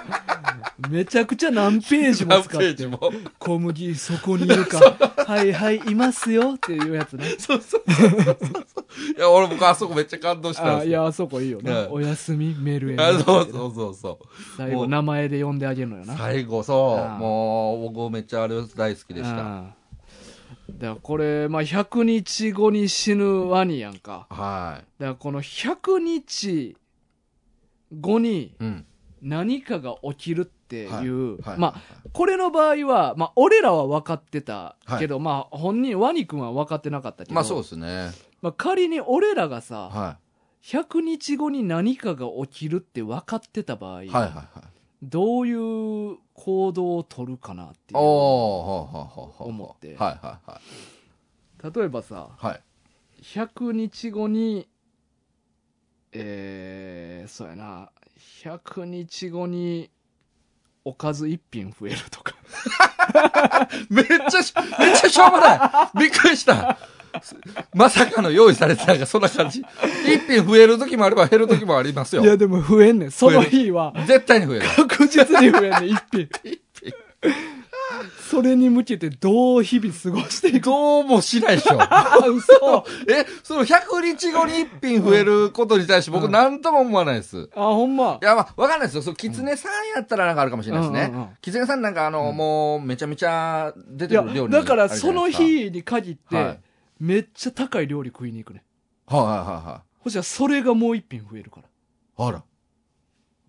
S1: めちゃくちゃ何ページも
S2: 何
S1: 使
S2: ペ
S1: って
S2: ー。ジも。
S1: 小麦そこにい るかはいはいいますよっていうやつね
S2: そうそうそうそう。いや、俺僕あそこめっちゃ感動したん
S1: あ
S2: で
S1: い
S2: すよ。
S1: やあそこいいよね、
S2: うん
S1: おやすみメルエン
S2: あそうそうそうそう。
S1: 最後
S2: もう
S1: 名前で呼んであげるのよな
S2: 最後そう
S1: あー
S2: もう僕めっちゃあれ大好きでした
S1: うんだからこれ、まあ、100日後に死ぬワニやんか
S2: は
S1: だからこの100日後に
S2: いうん
S1: 何かが起きるっていう、
S2: はい
S1: まあこれの場合は、まあ、俺らは分かってたけど、まあ本人ワニ君は分かってなかったけど、
S2: まあそうですね
S1: まあ仮に俺らがさ、
S2: は
S1: 100日後に何かが起きるって分かってた場合、
S2: いはいはいはい
S1: どういう行動を取るかなってい
S2: お
S1: う
S2: おほうほうほうほう
S1: 思って
S2: はいはいはい
S1: 例えばさ
S2: はい
S1: 100日後にえー、そうやな100日後におかず一品増えるとか
S2: めっちゃし、めっちゃしょうもない びっくりしたまさかの用意されてなんかそんな感じ。一品増える時もあれば減る時もあります
S1: い
S2: よ。
S1: やでも増えんねんその
S2: 増える
S1: 日は
S2: 絶対に増える。
S1: 確実に増えんねん一品
S2: 品
S1: それに向けてどう日々過ごしていく
S2: どうもしないでしょ。
S1: あ 嘘
S2: え、その100日後に1品増えることに対して
S1: う
S2: 僕
S1: ん
S2: 何とも思わないです。
S1: あほんま
S2: いや、まあ、わかんないですよ。そう、キツネさんやったらなんかあるかもしれないです
S1: うんうんうん
S2: ね。キツネさんなんかあの、もう、めちゃめちゃ出
S1: い
S2: て
S1: や
S2: くる料理
S1: だから
S2: あるじゃ
S1: そ
S2: ない
S1: の
S2: ですか、
S1: 日に限って、
S2: はい
S1: めっちゃ高い料理食いに行くね。
S2: はいはいはいは
S1: ほしたらそれがもう一品増えるから。
S2: い。あら。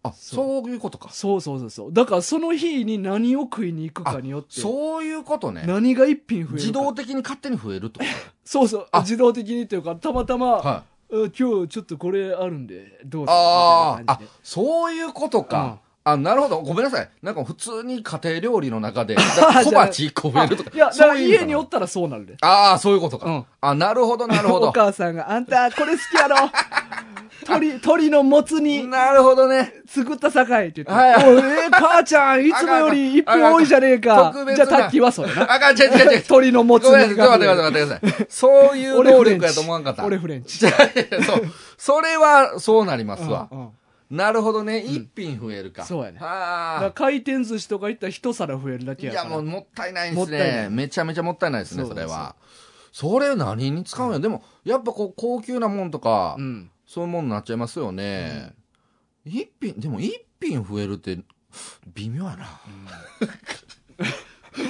S2: あ、
S1: そ
S2: そういうことか。
S1: そうそうそうそう。だからその日に何を食いに行くかによって、
S2: そういうことね。
S1: 何が一品増えるか。
S2: 自動的に勝手に増えるってこ
S1: そうそう。
S2: あ
S1: 自動的にというか、たまた ま、
S2: と。はい。
S1: うん今日ちょっとこれあるんで、どうぞ。
S2: あ
S1: みた
S2: あ、
S1: いな
S2: あ
S1: 感じで、
S2: そういうことか。あ、なるほど。ごめんなさい。なんか普通に家庭料理の中で、
S1: あ
S2: 小鉢1個増えるとか。
S1: いや、だか
S2: そ
S1: ら
S2: ういう意味
S1: 家
S2: かな
S1: におったらそうなるで。
S2: ああ、そういうことか。
S1: うん
S2: あ、なるほど、なるほ
S1: お
S2: ど。
S1: 母さんが、あんた、これ好きやろ 鳥、鶏のもつに
S2: なるほどね。
S1: 作ったさかいって言って、
S2: はい
S1: おいえー母ちゃん、いつもより一分多いじゃねえか。
S2: 特別
S1: じゃ
S2: な
S1: あ、タッキーはそれな。
S2: あかん、違う違う 違う。
S1: 鳥のもつ
S2: ごめんなさい、
S1: 煮
S2: ちょ
S1: が
S2: っと待って待って待ってください。そういう
S1: 俺
S2: 能
S1: フレン
S2: 力
S1: チ
S2: やと思わんかった。
S1: 俺フレンチ。
S2: じゃあそう。それは、そうなりますわ。
S1: うんうん
S2: なるほどね。一品増えるか。
S1: そうやねだから
S2: あ
S1: 回転寿司とか行ったら一皿増えるだ
S2: あ。い
S1: けやか
S2: や、
S1: ら。
S2: もう、もったいないで
S1: もっ
S2: す
S1: たいな
S2: ね
S1: い。
S2: めちゃめちゃもったいないですね、
S1: そう
S2: そ
S1: なんで
S2: れ
S1: すよ
S2: は。それ何に使うんや。でも、やっぱこう、高級なもんとか
S1: う、ん。
S2: そういうもんになっちゃいますよね。一品、でも一品増えるって、微妙やな。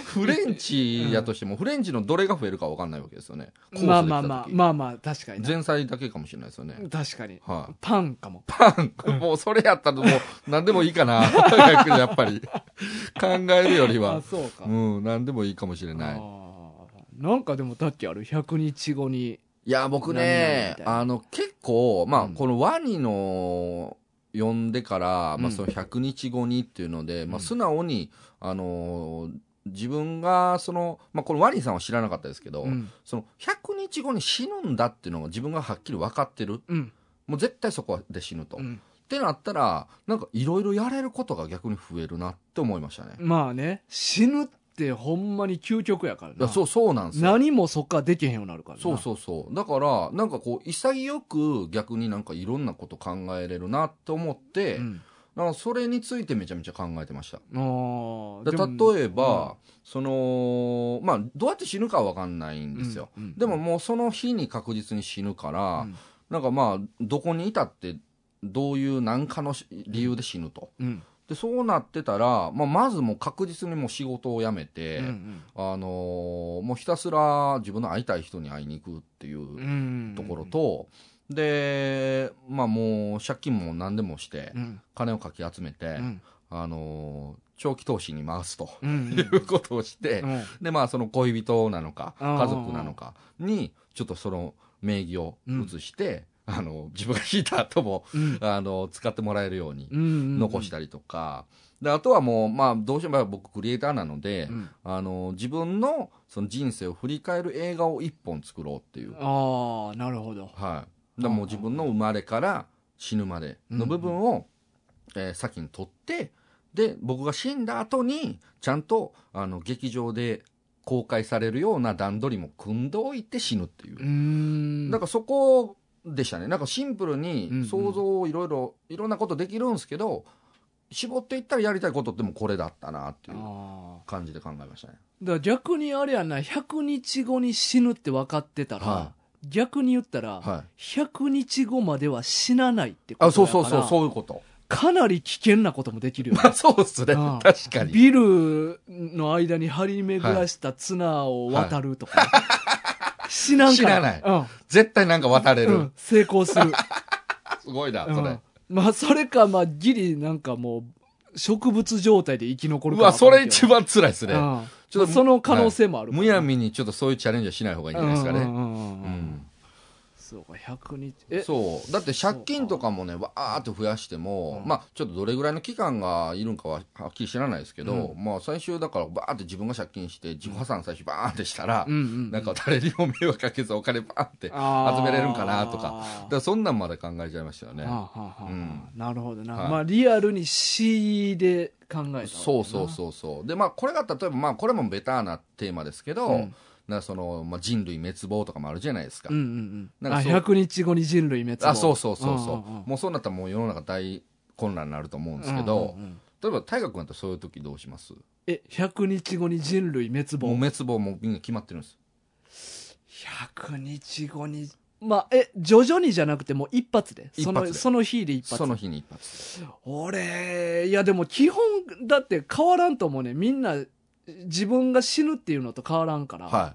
S2: フレンチやとしても、フレンチのどれが増えるか分かんないわけですよね。コースで来た時
S1: まあまあまあ、まあまあ、確かにな。
S2: 前菜だけかもしれないですよね。
S1: 確かに。
S2: はい、
S1: パンかも。
S2: パン、もうそれやったらもう何でもいい かな。逆にやっぱり。考えるより
S1: あ、
S2: は。
S1: そうか
S2: う。ん、何でもいいかもしれ
S1: あ
S2: ない。
S1: ーなんかでもタッキーある ?100 日後に。
S2: いや、僕
S1: 何々み
S2: ね
S1: たい、な
S2: あの、結構、まあ、
S1: うん
S2: このワニの、呼んでから、ま
S1: う
S2: あ、
S1: ん
S2: その100日後にっていうので、
S1: うん
S2: まあ、素直に、あのー自分が、その、まあ、このワニさんは知らなかったですけど、
S1: うん。
S2: その、100日後に死ぬんだっていうのが自分がはっきり分かってる。
S1: うん。
S2: もう絶対そこで死ぬと。
S1: う
S2: っ
S1: ん
S2: てなったら、なんかいろいろやれることが逆に増えるなって思いましたね。
S1: まあね、死ぬってほんまに究極やから
S2: いや
S1: な。
S2: そう、そうなんですよ。
S1: 何もそっからできへんようになるからな。
S2: そうそうそう。だから、なんかこう、潔く逆になんかいろんなこと考えれるなと思って、
S1: うん。
S2: だからそれについてめちゃめちゃ考えてました。
S1: あー
S2: で
S1: でも
S2: 例えば、その、まあ、どうやって死ぬかわかんないんですよ。。
S1: うんうん
S2: でももうその日に確実に死ぬから、
S1: うん
S2: なんかまあ、どこにいたって、どういう何かのし理由で死ぬと。
S1: うん。
S2: で、そうなってたら、まあ、まずもう確実にもう仕事を辞めて、
S1: うん
S2: あのーもうひたすら自分の会いたい人に会いに行くっていう
S1: うんうん
S2: ところ、と、で、まあもう借金も何でもして、
S1: うん
S2: 金をかき集めて、
S1: うん
S2: あのー長期投資に回すと、
S1: うんうん
S2: いうことをして、
S1: うん
S2: で、まあその恋人なのか、
S1: うん
S2: 家族なのかに、ちょっとその名義を移して、あの、自分が引いた後も、
S1: うん
S2: あの、使ってもらえるように
S1: うんうん
S2: 残したりとか、で、あとはもう、まあどうしても僕クリエイターなので、
S1: うん
S2: あの、自分のその人生を振り返る映画を一本作ろうっていう
S1: ああなるほど
S2: はい、だからもう自分の生まれから死ぬまでの部分を、えー先に取ってで僕が死んだ後にちゃんとあの劇場で公開されるような段取りも組んでおいて死ぬっていうう、
S1: ーん
S2: なんかそこでしたねなんかシンプル
S1: うんうん
S2: に想像をいろいろいろんなことできるんですけど絞っていったらやりたいことってもうこれだったなって
S1: あ
S2: いう
S1: ー
S2: 感じで考えましたね
S1: だから逆にあれやな100日後に死ぬって分かってたら、
S2: は
S1: 逆に言ったら、
S2: はい
S1: 100日後までは死なないってこと
S2: あ
S1: やか
S2: そ
S1: ら
S2: うそうそうそういうこと
S1: かなり危険なこともできるよね
S2: そうっすね
S1: うん
S2: 確かに
S1: ビルの間に張り巡らしたツナを渡るとか、死なんから
S2: 死なない
S1: うん
S2: 絶対なんか渡れる、
S1: うん、成功す る、
S2: すごいな、
S1: う
S2: それ。
S1: ん、まあそれかまあギリなんかもう植物状態で生き残る
S2: う
S1: かわ
S2: わ、
S1: からん
S2: そ
S1: けど
S2: れ一番辛いですね。
S1: うん
S2: ちょっと
S1: まあその可能性もあるから
S2: むやみにちょっとそういうチャレンジはしない方がいいんじゃないですか
S1: うん
S2: ね。
S1: うんうんう
S2: う
S1: んうん
S2: ん
S1: そうか100日え
S2: そう。だって借金とかもね、わーって増やしても、
S1: うん
S2: まあ、ちょっとどれぐらいの期間がいるんかははっきり知らないですけど、まあ、最終だから、バーって自分が借金して、自己破産最初バーンってしたら、
S1: うんうんうん
S2: なんか誰にも迷惑かけずお金バーンって、だか集めれるんかなとか
S1: あー
S2: らそんなんまで考えちゃいましたよね。
S1: あーはあはあ
S2: うん
S1: なるほどな、
S2: はい
S1: まあリアルに C で考えたわけだな
S2: そうそうそうそう。で、まあ、これが例えば、まあ、これもベターなテーマですけど、
S1: うん
S2: なその、まあ、人類滅亡とかもあるじゃないですか。
S1: うんうんうんあ
S2: なんかそう
S1: 100日後に人類滅亡
S2: あそうそうそうそう,、
S1: んんん
S2: もうそうなったらもう世の中大混乱になると思うんですけど、
S1: うんうんうん
S2: 例えば大河君だったらそういう時どうします
S1: え100日後に人類滅
S2: もう
S1: 亡
S2: 滅亡もみんな決まってるんです
S1: 100日後にまあえ徐々にじゃなくてもう一発でそ
S2: 一
S1: の
S2: 発で
S1: その日で一発
S2: その日に一発
S1: 俺いやでも基本だって変わらんと思うねみんな自分が死ぬっていうのと変わらんから、
S2: は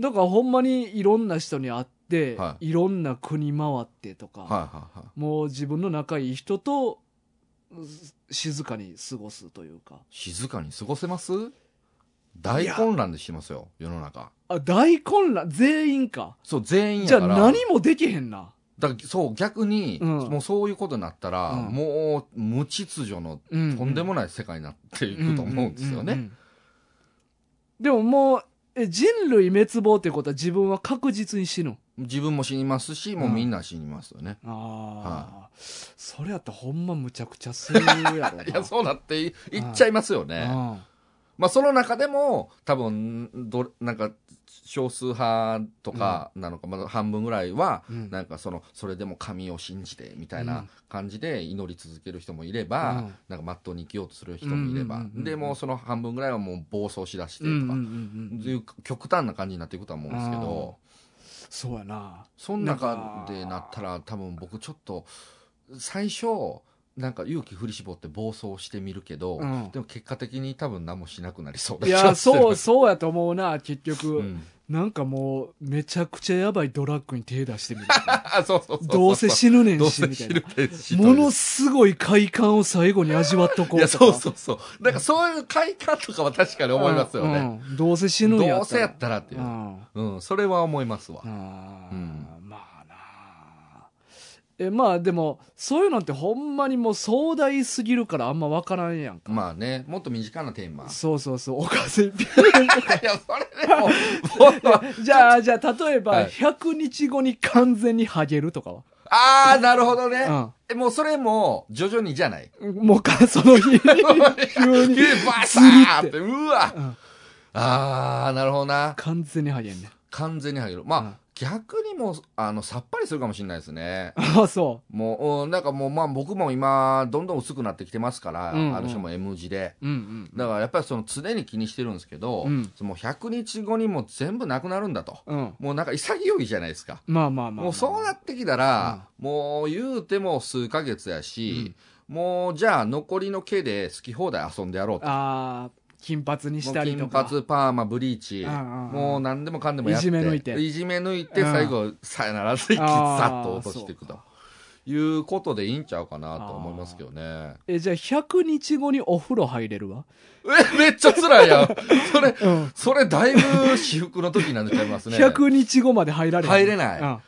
S1: だからほんまにいろんな人に会って、、
S2: はい
S1: ろんな国回ってとか、
S2: はいはいはい
S1: もう自分の仲いい人とう静かに過ごすというか
S2: 静かに過ごせます大混乱でしてますよ世の中
S1: あ大混乱全員か
S2: そう全員
S1: じゃ
S2: や
S1: あ
S2: から
S1: 何もできへんな
S2: だからそう逆に、
S1: うん
S2: もうそういうことになったら、
S1: うん
S2: もう無秩序の
S1: と
S2: とんでも
S1: な
S2: ない世界になっていくと思うんですよね、
S1: でももうえ人類滅亡ってことは自分は確実に死ぬ
S2: 自分も死にますしもうみんな死にますよね、
S1: ああ、それやったらほんまむちゃくちゃするやろな
S2: いやそうなっていいっちゃいますよね、
S1: うん
S2: まあ、その中でも多分どなんか少数派とかなのか、まだ半分ぐらいは、
S1: うん
S2: なんかそのそれでも神を信じてみたいうなん感じで祈り続ける人もいれば、
S1: うん
S2: なんかまっとうに生きようとする人もいれば、
S1: うんうんうんうん
S2: でもうその半分ぐらいはもう暴走しだしてと
S1: うんうん
S2: か、
S1: うんうん
S2: そういう極端な感じになっていくとは思うんですけど、
S1: そうやな
S2: その中でなったら多分僕ちょっと最初なんか勇気振り絞って暴走してみるけど、
S1: うん
S2: でも結果的に多分何もしなくなりそうない気
S1: や
S2: がしてる
S1: そうそうやと思うな結局、
S2: うん
S1: なんかもうめちゃくちゃやばいドラッグに手出してみる
S2: あそう そうそうそう
S1: どうせ死ぬね
S2: ど
S1: ん
S2: う
S1: し
S2: せ
S1: みた
S2: 死
S1: い
S2: ぬ
S1: な
S2: ねんし
S1: ものすごい快感を最後に味わっとこ
S2: いうや
S1: とか
S2: そうそうそうなんかそういう快感とかは確かに思いますよね、
S1: うんうんどうせ死ぬんや
S2: どう
S1: った
S2: せ
S1: ら
S2: やったらっていうう、
S1: ん
S2: うんそれは思いますわ、
S1: あー
S2: う
S1: まあなえまあでもそういうのってほんまにもう壮大すぎるからあんま分からんやんか、
S2: まあねもっと身近なテーマい
S1: そうそうそうおかせ いっ
S2: やそれでももう
S1: じゃあじゃあ例えば、
S2: はい
S1: 100日後に完全にハゲるとかは
S2: ああなるほどね、
S1: うん
S2: えもうそれも徐々にじゃない
S1: もうかその日に急
S2: 急
S1: に
S2: に、バサーって
S1: ス
S2: うわ、
S1: うん
S2: ああなるほどな
S1: 完全にハゲんねん
S2: 完全に入るまあ、
S1: うん
S2: 逆にもうあのさっぱりするかもしれないですね
S1: ああそ
S2: もう、うん、なんかもう、まあ僕も今、どんどん薄くなってきてますから、
S1: うんうん
S2: あの人も M 字で。
S1: ううん
S2: だからやっぱりその常に気にしてるんですけど、
S1: うん
S2: その100日後にもう全部なくなるんだと。
S1: うんうん
S2: もうなんか潔いじゃないですか。
S1: まあまあまあまあ、
S2: もうそうなってきたら、もう言うても数ヶ月やし、もうじゃあ残りの毛で好き放題遊んでやろうと。
S1: ああ金髪に
S2: もう
S1: したりと
S2: 金
S1: か
S2: 髪、パーマ、ブリーチ、
S1: うんうんうん
S2: もう何でもかんでもやって。
S1: いじめ抜いて
S2: いじめ抜いて、
S1: うん
S2: 最後、さよなら
S1: あ
S2: で、
S1: ー
S2: さっと落としていく
S1: そう
S2: と。いうことでいいんちゃうかなと思いますけどね。
S1: えじゃあ100日後にお風呂入れるわ、
S2: え、めっちゃ辛いやん。それ、
S1: うん、
S2: それだいぶ私服の時になっちゃいますね。
S1: 100日後まで入られ
S2: 入れない
S1: うん
S2: も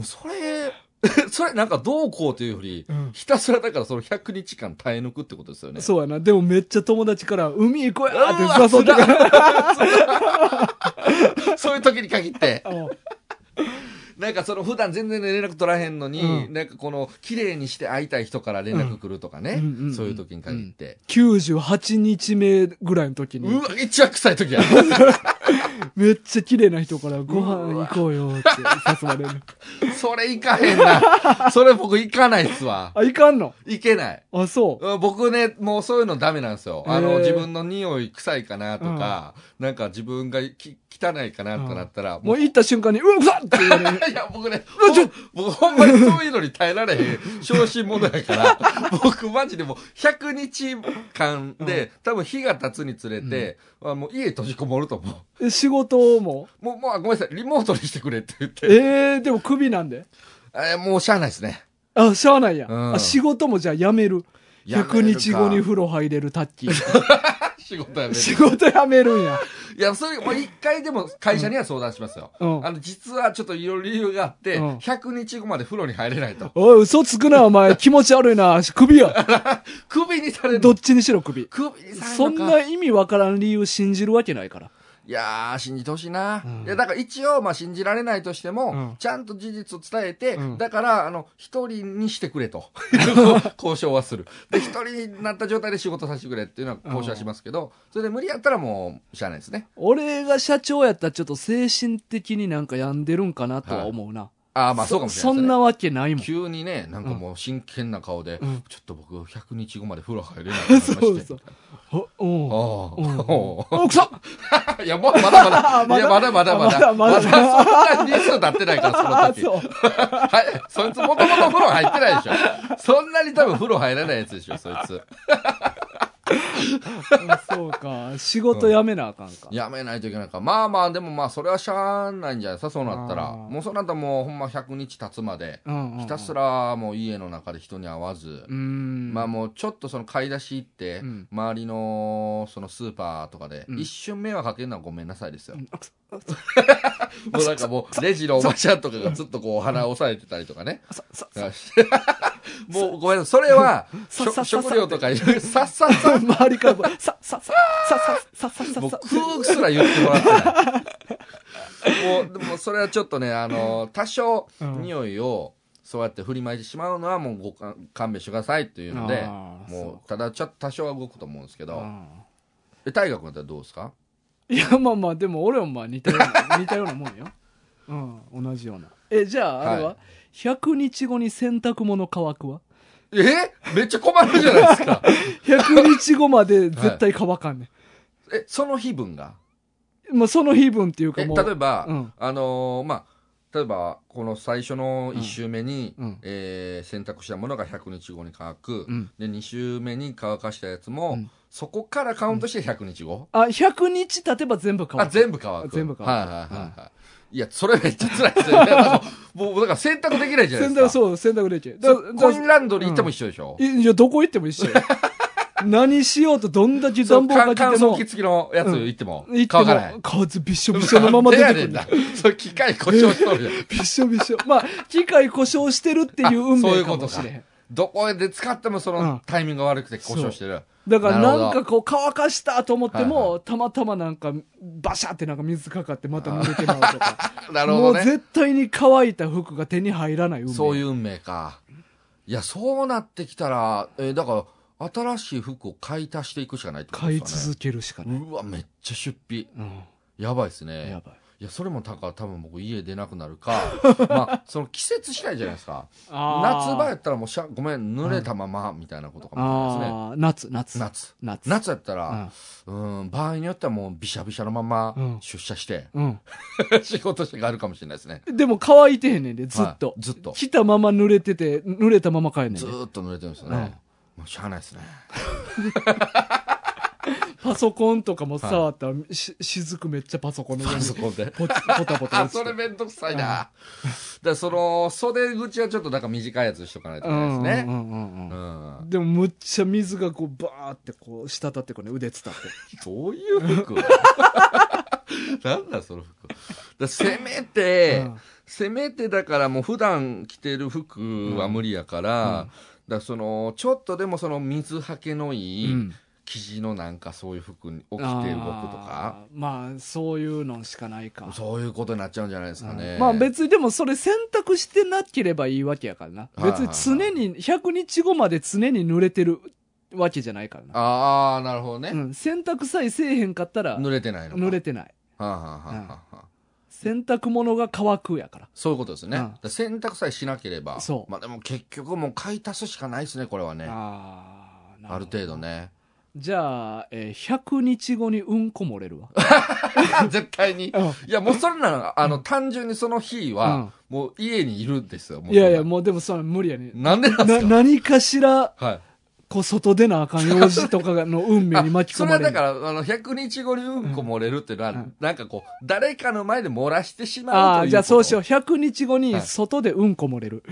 S2: うそれ、 それなんかどうこうというより、
S1: うん
S2: ひたすらだからその100日間耐え抜くってことですよね。
S1: そうやな。でもめっちゃ友達から、海行こうや
S2: う
S1: ー
S2: わ
S1: って誘ってから。
S2: そういう時に限って。
S1: うん
S2: なんかその普段全然連絡取らへんのに、
S1: うん
S2: なんかこの綺麗にして会いたい人から連絡来るとかね、
S1: うんうんうんうん
S2: そういう時に限って。
S1: 98日目ぐらいの時
S2: う
S1: に、
S2: わ、一番臭い時や。
S1: めっちゃ綺麗な人からご飯行こうよって誘われる。
S2: それ行かへんな。 それ僕行かないっすわ。
S1: あ、行かんの
S2: 行けない。
S1: あ、そう。
S2: うん僕ね、もうそういうのダメなんですよ。あ
S1: へー
S2: の、自分の匂い臭いかなとか、なんか自分がき汚いかなとなったら、
S1: もう行った瞬間に、うわ、うわっって言われる。
S2: いや、僕ね、
S1: うわちょ
S2: ほん僕ほんまにそういうのに耐えられへん、小心者やから、 僕マジでもう100日間で、多分日が経つにつれて、あもう家閉じこもると思う。
S1: え仕事も。
S2: もう、もう、あごめんなさい、リモートにしてくれって言って。
S1: えー、でもクビなんで。
S2: えーもうしゃあないですね。
S1: あ、しゃあないや。
S2: うん
S1: あ仕事もじゃあ辞める。
S2: や
S1: 100
S2: めるか
S1: 日後に風呂入れるタッキー。
S2: 仕事やめる。
S1: 仕事辞めるんや。
S2: いや、それ、まあ、一回でも会社には相談しますよ。
S1: うん
S2: あの、実はちょっといろいろ理由があって、
S1: うん
S2: 100日後まで風呂に入れないと。
S1: おい、嘘つくな、お前。気持ち悪いな。クビ や。
S2: クビにされる。
S1: どっちにしろクビ。
S2: クビにされるのか。
S1: そんな意味わからん理由信じるわけないから。
S2: いやー、信じてほしいな。
S1: うん
S2: いや、だから一応、まあ、信じられないとしても、
S1: うん
S2: ちゃんと事実を伝えて、
S1: うん
S2: だから、あの、一人にしてく れと。こう交渉はする。で、一人になった状態で仕事させてくれっていうのは交渉はしますけど、それで無理やったらもう、しゃあないですね。
S1: 俺が社長やったらちょっと精神的になんか病んでるんかなとは思うな。
S2: ああ、まあ、そうかもしれな
S1: そ
S2: いです、ね。
S1: んなわけないもん。
S2: 急にね、なんかもう真剣な顔で、
S1: うん
S2: ちょっと僕、100日後まで風呂入れないと思いまし て。
S1: そうそう。ほうん。あ、
S2: あ
S1: うん
S2: あ、おう
S1: くそ、
S2: いや、もうまだまだ
S1: まだ
S2: いや、まだまだま だ、
S1: まだまだ
S2: そんなに数経ってないから、その
S1: あ、
S2: 時。
S1: そう。
S2: はい、そいつもともと風呂入ってないでしょ。そんなに多分風呂入らないやつでしょ、そいつ。
S1: あそうか。仕事辞めなあかんか。
S2: やめないといけないから。まあまあ、でもまあ、それはしゃあないんじゃないですか、そうなったら。
S1: あー
S2: もうそうなったらもう、ほんま100日経つまで、
S1: うんうんうん
S2: ひたす。らもう家の中で人に会わず
S1: う、ん。
S2: まあもうちょっとその買い出し行って、
S1: うん
S2: 周りのそのスーパーとかで、
S1: うん
S2: 一瞬迷惑かけるのはごめんなさいですよ。
S1: うん。あくそ
S2: もうなんかもう、レジのおばちゃんとかがずっとこう、鼻を押さえてたりとかね。
S1: あそそそ
S2: もうごめんなさい、それは、
S1: さ
S2: しょ
S1: ささ
S2: 食料とかいろいろ、さっさっさ、
S1: 周りからもさ、さ、さ、さ、さ、さ、さ、さ、
S2: もう
S1: さ、
S2: 空すら言ってもらってない。もう、でもそれはちょっとね、あの、多少、
S1: うん
S2: 匂いを、そうやって振りまいてしまうのはもうごか勘弁してくださいっていうので、
S1: あー
S2: もう、ただちょっと多少は動くと思うんですけ
S1: う
S2: ど、
S1: ん
S2: え、大学だったらどうですか
S1: いや、まあまあ、でも俺はまあ似たような、似たようなもんよ。うん、同じような。え、じゃあ、あれは、
S2: は
S1: ?100 日後に洗濯物乾くわ。
S2: えめっちゃ困るじゃないです か。
S1: 100日後まで絶対乾かんねん。
S2: え、その日分が
S1: まあ、その日分っていうか
S2: え
S1: もう。
S2: 例えば、
S1: うん
S2: あのーまあ例えばこの最初の1週目に、
S1: うん
S2: えー洗濯したものが100日後に乾く、
S1: うん
S2: で2週目に乾かしたやつも、
S1: うん
S2: そこからカウントして100日後、
S1: あ、100日経てば全部乾く。
S2: あ全部乾く
S1: 全部乾く
S2: はいはいはいはい、いやそれめっちゃ辛 いですよねなんかもうもうだから洗濯できないじゃな
S1: 洗
S2: いですか
S1: 濯、そう、洗濯できる。だ
S2: そコイン
S1: だ
S2: ランドリー行っても一緒でしょ、
S1: いいや、どこ行っても 一緒よ何しようとどんだけ
S2: そう
S1: 暖房か
S2: か乾
S1: けて
S2: 燥
S1: も
S2: 機、付きのやつ行っても、
S1: 行って
S2: 乾かない
S1: も、顔ずびしょびしょのまま出てくるんだ
S2: なん。でやねんなそう機械故障しとるじゃん
S1: びしょびしょ。まあ、機械故障してるっていう運
S2: あそうい
S1: 命
S2: う
S1: か
S2: こと
S1: も
S2: か
S1: しれん。
S2: どこで使ってもそうの
S1: ん
S2: タイミングが悪くて故障してる。
S1: だから
S2: なるほど
S1: なんかこう乾かしたと思っても、
S2: はい
S1: たまたまなんかバシャってなんか水かかってまた濡れてまうとか。
S2: なる
S1: も
S2: ほど
S1: う
S2: ね。
S1: 絶対に乾いた服が手に入らない運命。
S2: そういう
S1: う。
S2: 運命か。いや、そうなってきたら、えーだから、新しい服を買い足していくしかないってこと
S1: 買い
S2: ですよね。
S1: 続けるしかない。
S2: うわ、めっちゃ出費。
S1: うん。
S2: やばいですね。
S1: やばい。
S2: いや、それもたか、多分僕家出なく なるか、まあ、その季節次第じゃないですか。夏場や
S1: あ
S2: ったらもうしゃ、ごめん、濡れたまま、みたいなことかもしれないですね。
S1: あー、夏、夏。
S2: 夏。
S1: 夏。
S2: 夏やった
S1: う
S2: ら、
S1: ん。
S2: うん、場合によってはもうびしゃびしゃのま
S1: う
S2: ま
S1: ん
S2: 出社して、
S1: うん。
S2: 仕事して帰るかもしれないですね。
S1: でも乾いてへんねんで、ずっと。
S2: はいずっと
S1: 来たまま濡れてて、濡れたまま帰んねんで
S2: ずーっと濡れてるんですよ
S1: うん
S2: ね。もうしゃあないですね。
S1: パソコンとかも触ったら、し、雫めっちゃパソコンの上
S2: パ
S1: に
S2: ソコンで。
S1: ポチ、ポタポタ
S2: あ、
S1: 落ち
S2: そ
S1: て
S2: れ
S1: る。
S2: めんどくさいな。だからその、袖口はちょっとなんか短いやつにしとかないといけないです
S1: う
S2: ね。
S1: んうんうんうん
S2: う
S1: うん
S2: ん。
S1: でもむっちゃ水がこうバーってこう滴ってこうね腕伝って
S2: どういう服 なんだその服。だからせめて、
S1: うん
S2: せめてだからもう普段着てる服は無理やから、だからその、ちょっとでもその水はけのいい
S1: うん
S2: 生地のなんかそういう服を着て動くとか。
S1: あーまあそういうのしかないか
S2: そういうことになっちゃうんじゃないですかね。
S1: うんまあ別にでもそれ選択してなければいいわけやからな
S2: はい
S1: 別に常に100日後まで常に濡れてるわけじゃないからな、
S2: ああ、なるほどね。
S1: うん、洗濯さえせえへんかったら
S2: 濡れてないのか。
S1: 濡れてない
S2: はあはあはあはあ
S1: 洗濯物が乾くやから
S2: そういうことですね。
S1: うん
S2: だから洗濯さえしなければ。
S1: そう
S2: まあでも結局もう買い足すしかないですね、これはね。あ
S1: あーな
S2: る
S1: ほど
S2: 程度ね。
S1: じゃあ、えー100日後にうんこ漏れ るわ
S2: 絶対に。い
S1: うん
S2: や、もうそれなら、あの、単純にその日は、もう家にいるんですよ。もう
S1: いやいや、もうでもそれ無理やね。
S2: なんでなんで
S1: な、
S2: すか
S1: 何かしら、
S2: はい。
S1: こう、外出なあかん用事とかがの運命に巻き込
S2: それ
S1: ま
S2: は
S1: れ
S2: だ
S1: る。
S2: から、あの、100日後にうんこ漏れるっていうのは、
S1: うん
S2: なんかこう、誰かの前で漏らしてしまうという
S1: ああ、じゃあそうしよ
S2: う。
S1: う。100日後
S2: は
S1: に、
S2: い
S1: 外でうんこ漏れ る。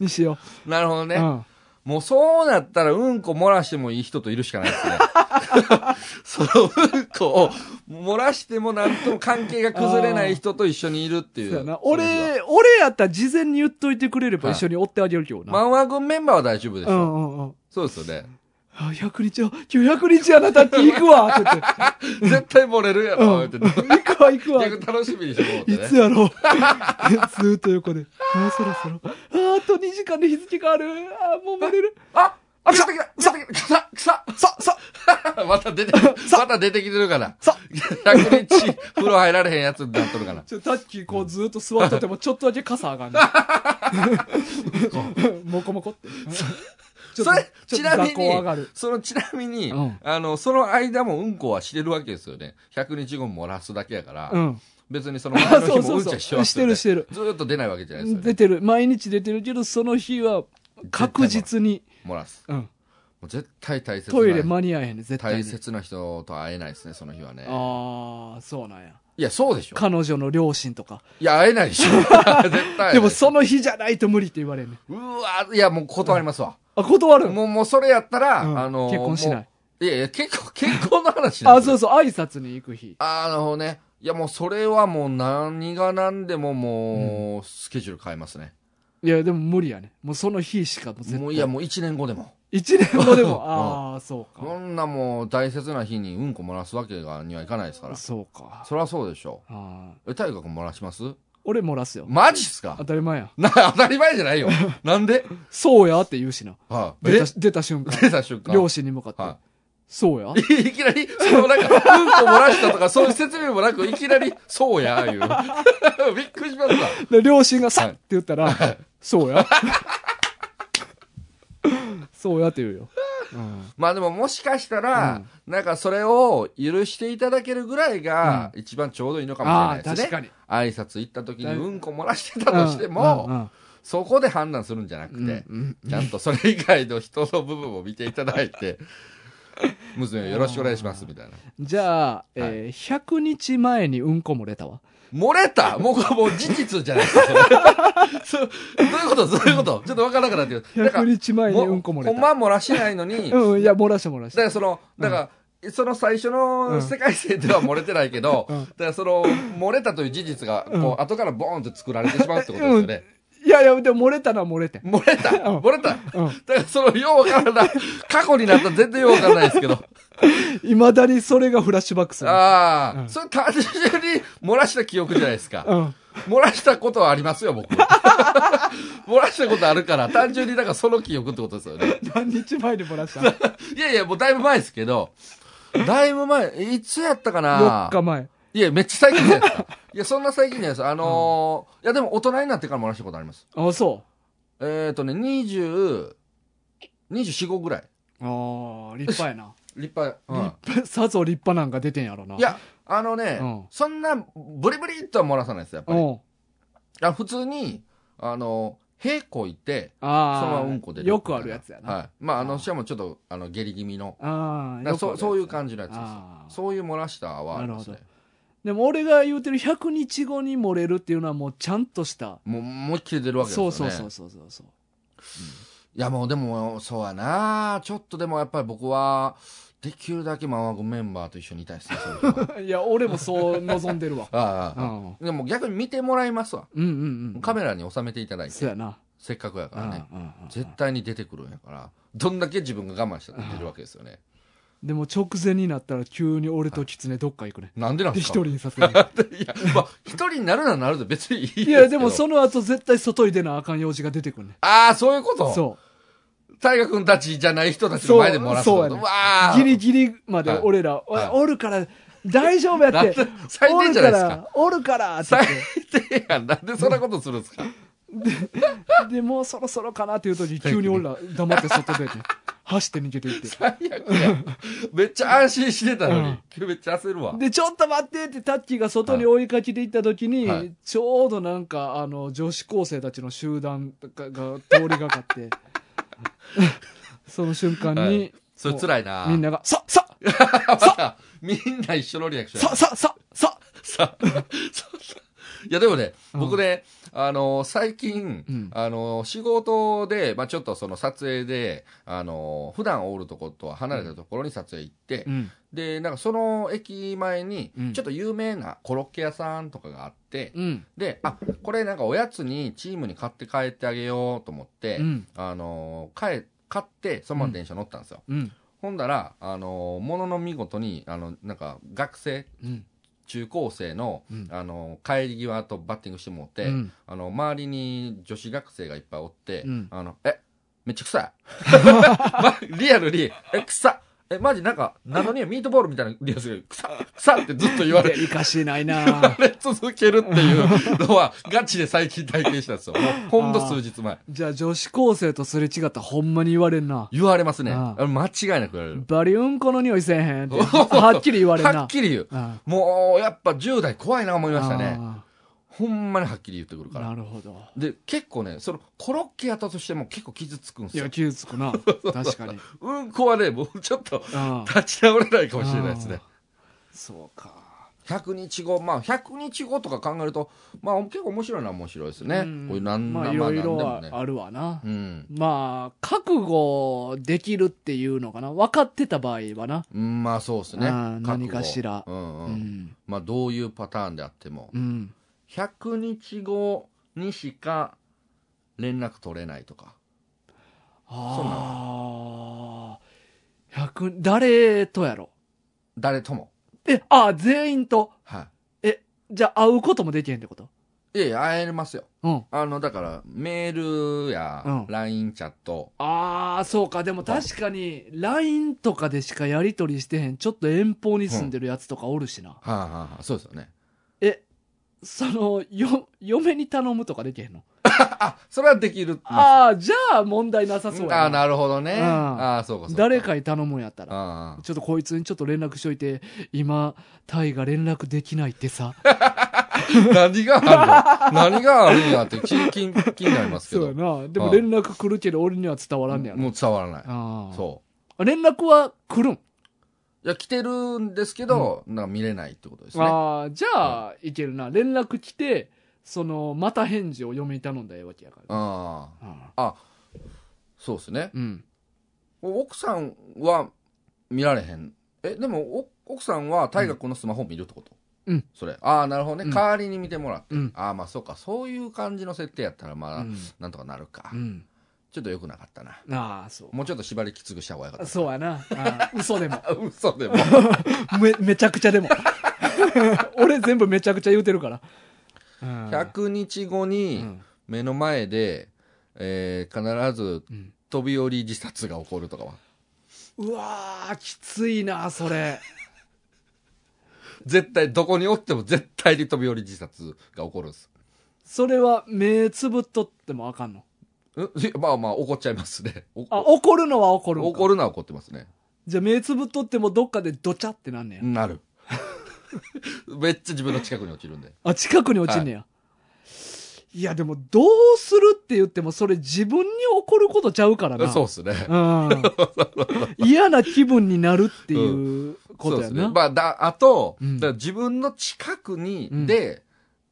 S1: にしよ
S2: なるほど
S1: う。
S2: ね。
S1: うん。
S2: もうそうなったらうんこ漏らしてもいい人といるしかな いですね。そのうんこを漏らしてもなんとも関係が崩れない人と一緒にいるってい
S1: そうや
S2: う。
S1: な。
S2: その日は、
S1: 俺、俺やったら事前に言っといてくれれば
S2: はい
S1: 一緒に追ってあげるけどな。
S2: マンワ軍メンバーは大丈夫でし
S1: う
S2: ょ。
S1: んうんうん。
S2: そうですよね。
S1: あ100日、あ今日100日あなたって行くわって言って。
S2: 絶対漏れるやろ、って。
S1: 行くわ行くわ。
S2: 逆に楽しみにしてもら
S1: い
S2: って
S1: つ
S2: ね。
S1: やろう ずーっと横で。もうそろそろ。あーあと2時間で日付変わる。あーもう漏れる。
S2: ああ、くさってきたくさってきたくさくささ また出て、また出てきてるから。
S1: さ
S2: 100日風呂入られへんやつになっとるから。
S1: ちょタッキーこうずーっと座っとってもちょっとだけ傘上がん ねもこもこって。
S2: それ、
S1: ちょっと
S2: ちなみ
S1: 学校上が
S2: に
S1: る、
S2: その、ちなみに、
S1: うん
S2: あの、その間もうんこはしてるわけですよね。100日後も漏らすだけやから、
S1: うん。
S2: 別にその前の日
S1: そう
S2: も
S1: そううんそう
S2: ちゃしてますよね
S1: してるして
S2: ずーっと出ないわけじゃないですよね。
S1: 出てる。毎日出てるけど、その日は確実に。
S2: 漏らす。
S1: うん。
S2: う絶対大切な
S1: トイレ間に合えへんね絶対
S2: 大
S1: に
S2: 切な人と会えないですねその日はね
S1: ああそうなんや
S2: いやそうでしょ
S1: 彼女の両親とか
S2: いや会えないで しょ絶対会えない
S1: でもその日じゃないと無理って言われんねん
S2: うわいやもう断りますわ、
S1: あ断るの
S2: もうもうそれやったら、
S1: うん
S2: あの
S1: 結婚しない
S2: いやいや結婚結婚の話なん
S1: あ
S2: です
S1: そうそう挨拶に行く日
S2: あーなるほどねいやもうそれはもう何が何でももうスケジュール変えますね、
S1: いやでも無理やねもうその日しかもう絶対
S2: もういやもう1年後でも
S1: 1年後で
S2: うん
S1: もああそう
S2: こ
S1: か
S2: んなもう大切な日にうんこ漏らすわけがにはいかないですから
S1: そうか
S2: そりゃそうでしょ
S1: あー
S2: え大河君漏らします
S1: 俺漏らすよ
S2: マジっすか
S1: 当たり前や
S2: な当たり前じゃな いよなんで
S1: そうやって言うしな
S2: はい
S1: 出
S2: 出
S1: た出た瞬間
S2: 出た瞬間
S1: 両親に向かって、
S2: は
S1: そうや
S2: い いきなり、そのなんか、うんこ漏らしたとか、そういう説明もなく、いきなり、そうや、いう。 びっくりしました。
S1: で両親がさって言ったら、そうやそうやって言うよ、うん
S2: まあでももしかしたら、なんかそれを許していただけるぐらいが、一番ちょうどいいのかも
S1: ああ
S2: しれないです
S1: 確
S2: ね。
S1: かに
S2: 挨拶行った時にうんこ漏らしてたとしても、そこで判断するんじゃな
S1: う
S2: くて、
S1: んうんうん
S2: ちゃんとそれ以外の人の部分を見ていただ いて、娘よろしくお願いします、みたいな。
S1: じゃあ、えー100日前にうんこ漏れたわ
S2: 漏れたもう、これもう事実じゃないですか、 それそうどういうことどういうことちょっとわからなくなってる。なんか
S1: 100日前にうんこ漏れ
S2: ほん
S1: た
S2: ま漏らしてないのに、
S1: うんいや漏らした漏らし
S2: だ
S1: た
S2: からその、だから、その最初の世界線では漏れてないけど、
S1: うん
S2: だからその、漏れたという事実が、こう、後からボーンと作られてしまうってことですよね。
S1: いやいやでも漏れたのは漏れてん
S2: 漏れた
S1: うん
S2: 漏れただ
S1: うん
S2: からその、ようわからない。過去になったら全然ようわからないですけど。
S1: いまだにそれがフラッシュバックする。
S2: ああ、
S1: うん
S2: それ単純に漏らした記憶じゃないですか。
S1: うん。
S2: 漏らしたことはありますよ、僕。 漏らしたことあるから、単純にだからその記憶ってことですよね。
S1: 何日前に漏 らした ?4
S2: いやいや、もうだいぶ前ですけど、だいぶ前、いつやったかな
S1: 日前。
S2: いや、めっちゃ最近じゃないですか。 いや、そんな最近じゃないです。あのーいや、でも大人になってから漏らしたことあります。
S1: あ、そ
S2: えっ、ー、とね、20、24、5ぐらい。
S1: う。ああ、立派やな。
S2: 立派。うん
S1: 立派 さぞ立派なんか出てんやろな。
S2: い、や、あのね、
S1: うん
S2: そんな、ブリブリっとは漏らさないです、やっぱ
S1: う
S2: り。
S1: ん。
S2: あ普通に、あの、屁こいて、そのまま
S1: ああ、
S2: うんこ出る。
S1: よくあるやつやな。
S2: はい。まあ、あ
S1: あ
S2: の、
S1: ー
S2: しかもちょっと、あの、下痢気味の。
S1: あ
S2: だ
S1: あ、
S2: からそうそういう感
S1: じ。
S2: じのやつ
S1: あー
S2: です。そういう漏らしたはありますね
S1: な。でも俺が言うてる100日後に漏れるっていうのはもうちゃんとした。
S2: もう、思いっきり出るわけですよ
S1: そ
S2: ね。
S1: うそうそうそうそうそう。
S2: いや、もうでも、そうやなちょっとでもやっぱり僕は、できるだけママゴメンバーと一緒にいたいですね。そ ういうのは。
S1: いや、俺もそう望んでるわ
S2: あ
S1: う
S2: あああ。
S1: ん。うん
S2: でも逆に見てもらいますわ。
S1: うんうん。
S2: カメラに収めていただい
S1: そう
S2: て、
S1: やな。
S2: せっかくや
S1: う
S2: か
S1: んう
S2: ら
S1: んう
S2: ね。
S1: ん
S2: 絶対に出てくるんやから、どんだけ自分が我慢したら出るわけですよね。
S1: でも直前になったら急に俺と狐どっか行くね。
S2: なんでなん
S1: で、
S2: で
S1: 一
S2: すか
S1: 人にさせる。
S2: いや、まあ、一人になるならなるで別に いいですけ
S1: い
S2: ど。
S1: や、でもその後絶対外に出なあかん用事が出てくるね。
S2: ああ、そういうこと
S1: そ
S2: 大河君たちじゃない人たちの前で漏らすってこと
S1: そうそうやね
S2: うわ
S1: う。
S2: あ
S1: ギリギリまで
S2: はい
S1: 俺ら、お
S2: はい
S1: おるから、大丈夫や
S2: なん
S1: っ
S2: で
S1: て。
S2: 最
S1: お
S2: 低
S1: る
S2: じゃな
S1: か、
S2: いですから
S1: おるからって
S2: 最低やん。なんでそんなことするんですか
S1: 言って。で、もうそろそろかなっていう時に急に俺ら黙って外出 て、走って逃げていって。
S2: 最悪やん めっちゃ安心してたのに、めっちゃ焦るわ。
S1: で、ちょっと待ってってタッキーが外に追いかけて行った時に、
S2: はい
S1: ちょうどなんか、あの、女子高生たちの集団がが通りがかって、 その瞬間に、
S2: はいそれ辛いな。
S1: みんなが、さ、さ、
S2: またみんな一緒のリアクションや
S1: さ、。さ、さ、さ、
S2: さ、さいやでもね、
S1: うん
S2: 僕ね、あの、最近、
S1: うん
S2: あの、仕事で、まあちょっとその撮影で、あの、普段おるとことは離れたところに撮影行って、
S1: うん
S2: で、なんかその駅前に
S1: うん、
S2: ちょっと有名なコロッケ屋さんとかがあって、
S1: うん。
S2: で、あ、これなんかおやつにチームに買って帰ってあげようと思って、
S1: うん。
S2: あの、買え、買って、そのまま電車乗ったんですよ。
S1: うん。
S2: ほんだら、あの、ものの見事に、あの、なんか学生、
S1: うん。
S2: 中高生の、
S1: うん
S2: あの帰り際とバッティングしてもって、
S1: うん
S2: あの周りに女子学生がいっぱいおって、
S1: うん
S2: あのえめっちゃ臭い、 ま、リアルにえ臭っえマジなんかなのにミートボールみたいなリアル臭っ臭っってずっと言われ
S1: デリカシーない な
S2: 言われ続けるっていうのはガチで最近体験したんですよもうほんと数日前
S1: じゃあ女子高生とすれ違ったらほんまに言われんな。
S2: 言われますね
S1: あ
S2: あの間違いなく言われる
S1: バリうんこの匂いせえへんって。はっきり言われんな。
S2: はっきり言う
S1: うん
S2: もうやっぱ10代怖いな思いましたね
S1: あ
S2: ほんまにはっきり言ってくるから
S1: なるほど
S2: で結構ねそのコロッケやったとしても結構傷つくんです
S1: いや
S2: よ
S1: 傷つく な確かに
S2: うんこはねもうちょっと
S1: ああ
S2: 立ち直れないかもしれないですね
S1: そうか
S2: 100日後まあ100日後とか考えるとまあ結構面白いのは面白いですね、
S1: うん
S2: こういう何,、
S1: ま
S2: ま
S1: あ
S2: あ、
S1: い
S2: 何
S1: ろい
S2: で
S1: ろ
S2: も
S1: は
S2: ね
S1: あるわな
S2: うん
S1: まあ覚悟できるっていうのかな分かってた場合はな
S2: うんまあそうですね
S1: ああ
S2: 覚悟
S1: 何かしら
S2: うん
S1: う
S2: うん
S1: ん
S2: まあどういうパターンであっても
S1: うん
S2: 100日後にしか連絡取れないとか
S1: ああ100誰とやろ
S2: 誰とも
S1: えああ全員と
S2: は
S1: じゃあ会うこともできへんってこと
S2: いいやいや会えますよ
S1: うん
S2: あのだからメールや
S1: うん
S2: LINE チャット、
S1: ああそうかでも確かに LINE とかでしかやり取りしてへんちょっと遠方に住んでるやつとかおるしな、
S2: はいはいはいそうですよね
S1: えそのよ嫁に頼むとかできへんの、
S2: あそれはできるあ
S1: ああじゃあ問題なさそうやな
S2: あなるほどね、
S1: うん
S2: ああそうかそう
S1: 誰かに頼むんやったら
S2: ああ
S1: ちょっとこいつにちょっと連絡しといて今タイが連絡できないって さ
S2: 何があ るの何があるんやって気気気になりますけ
S1: そう
S2: ど
S1: やなで
S2: う
S1: も
S2: ん
S1: 連絡来るけど俺には伝わらんねやろ
S2: もう伝わらない
S1: ああ
S2: そ
S1: 連絡は来るん
S2: ういや来てるんですけど、なんか見れないってことですね
S1: ああじゃあいけるな連絡来てそのまた返事を嫁に頼んだらええわけやから
S2: ああ
S1: うん
S2: そうですね
S1: うん
S2: 奥さんは見られへんえでもお奥さんは大河君のスマホ見るってこと
S1: うん
S2: それああなるほどね、
S1: うん
S2: 代わりに見てもらって、
S1: うん
S2: ああまあそうかそういう感じの設定やったらまあ、
S1: うん
S2: なんとかなるか、
S1: うん
S2: ちょっと良くなかったな
S1: ああそ
S2: もうちょっと縛りきつくした方が良かっ
S1: う
S2: た
S1: そうやなあ あ嘘でも
S2: う嘘でも
S1: めめちゃくちゃでも 俺全部めちゃくちゃ言うてるから、うん
S2: 100日後
S1: う
S2: に
S1: ん
S2: 目の前で、えー必ず
S1: うん
S2: 飛び降り自殺が起こるとかは
S1: うわーきついなそれ
S2: 絶対どこにおっても絶対に飛び降り自殺が起こるんです
S1: それは目つぶっとってもあかんの
S2: うんいまあまあ怒っちゃいますねお
S1: あ怒るのは怒るんか
S2: 怒るのは怒ってますね
S1: じゃあ目つぶっとってもどっかでドチャってなんねや、
S2: なる めっちゃ自分の近くに落ちるんで
S1: あ近くに落ちんねや、い、やでもどうするって言ってもそれ自分に怒ることちゃうからな
S2: そうっすね
S1: うん、嫌な気分になるっていうこと
S2: そうで
S1: や
S2: す
S1: な、
S2: ねまあだあと、
S1: うん
S2: だから自分の近くに、
S1: うん
S2: で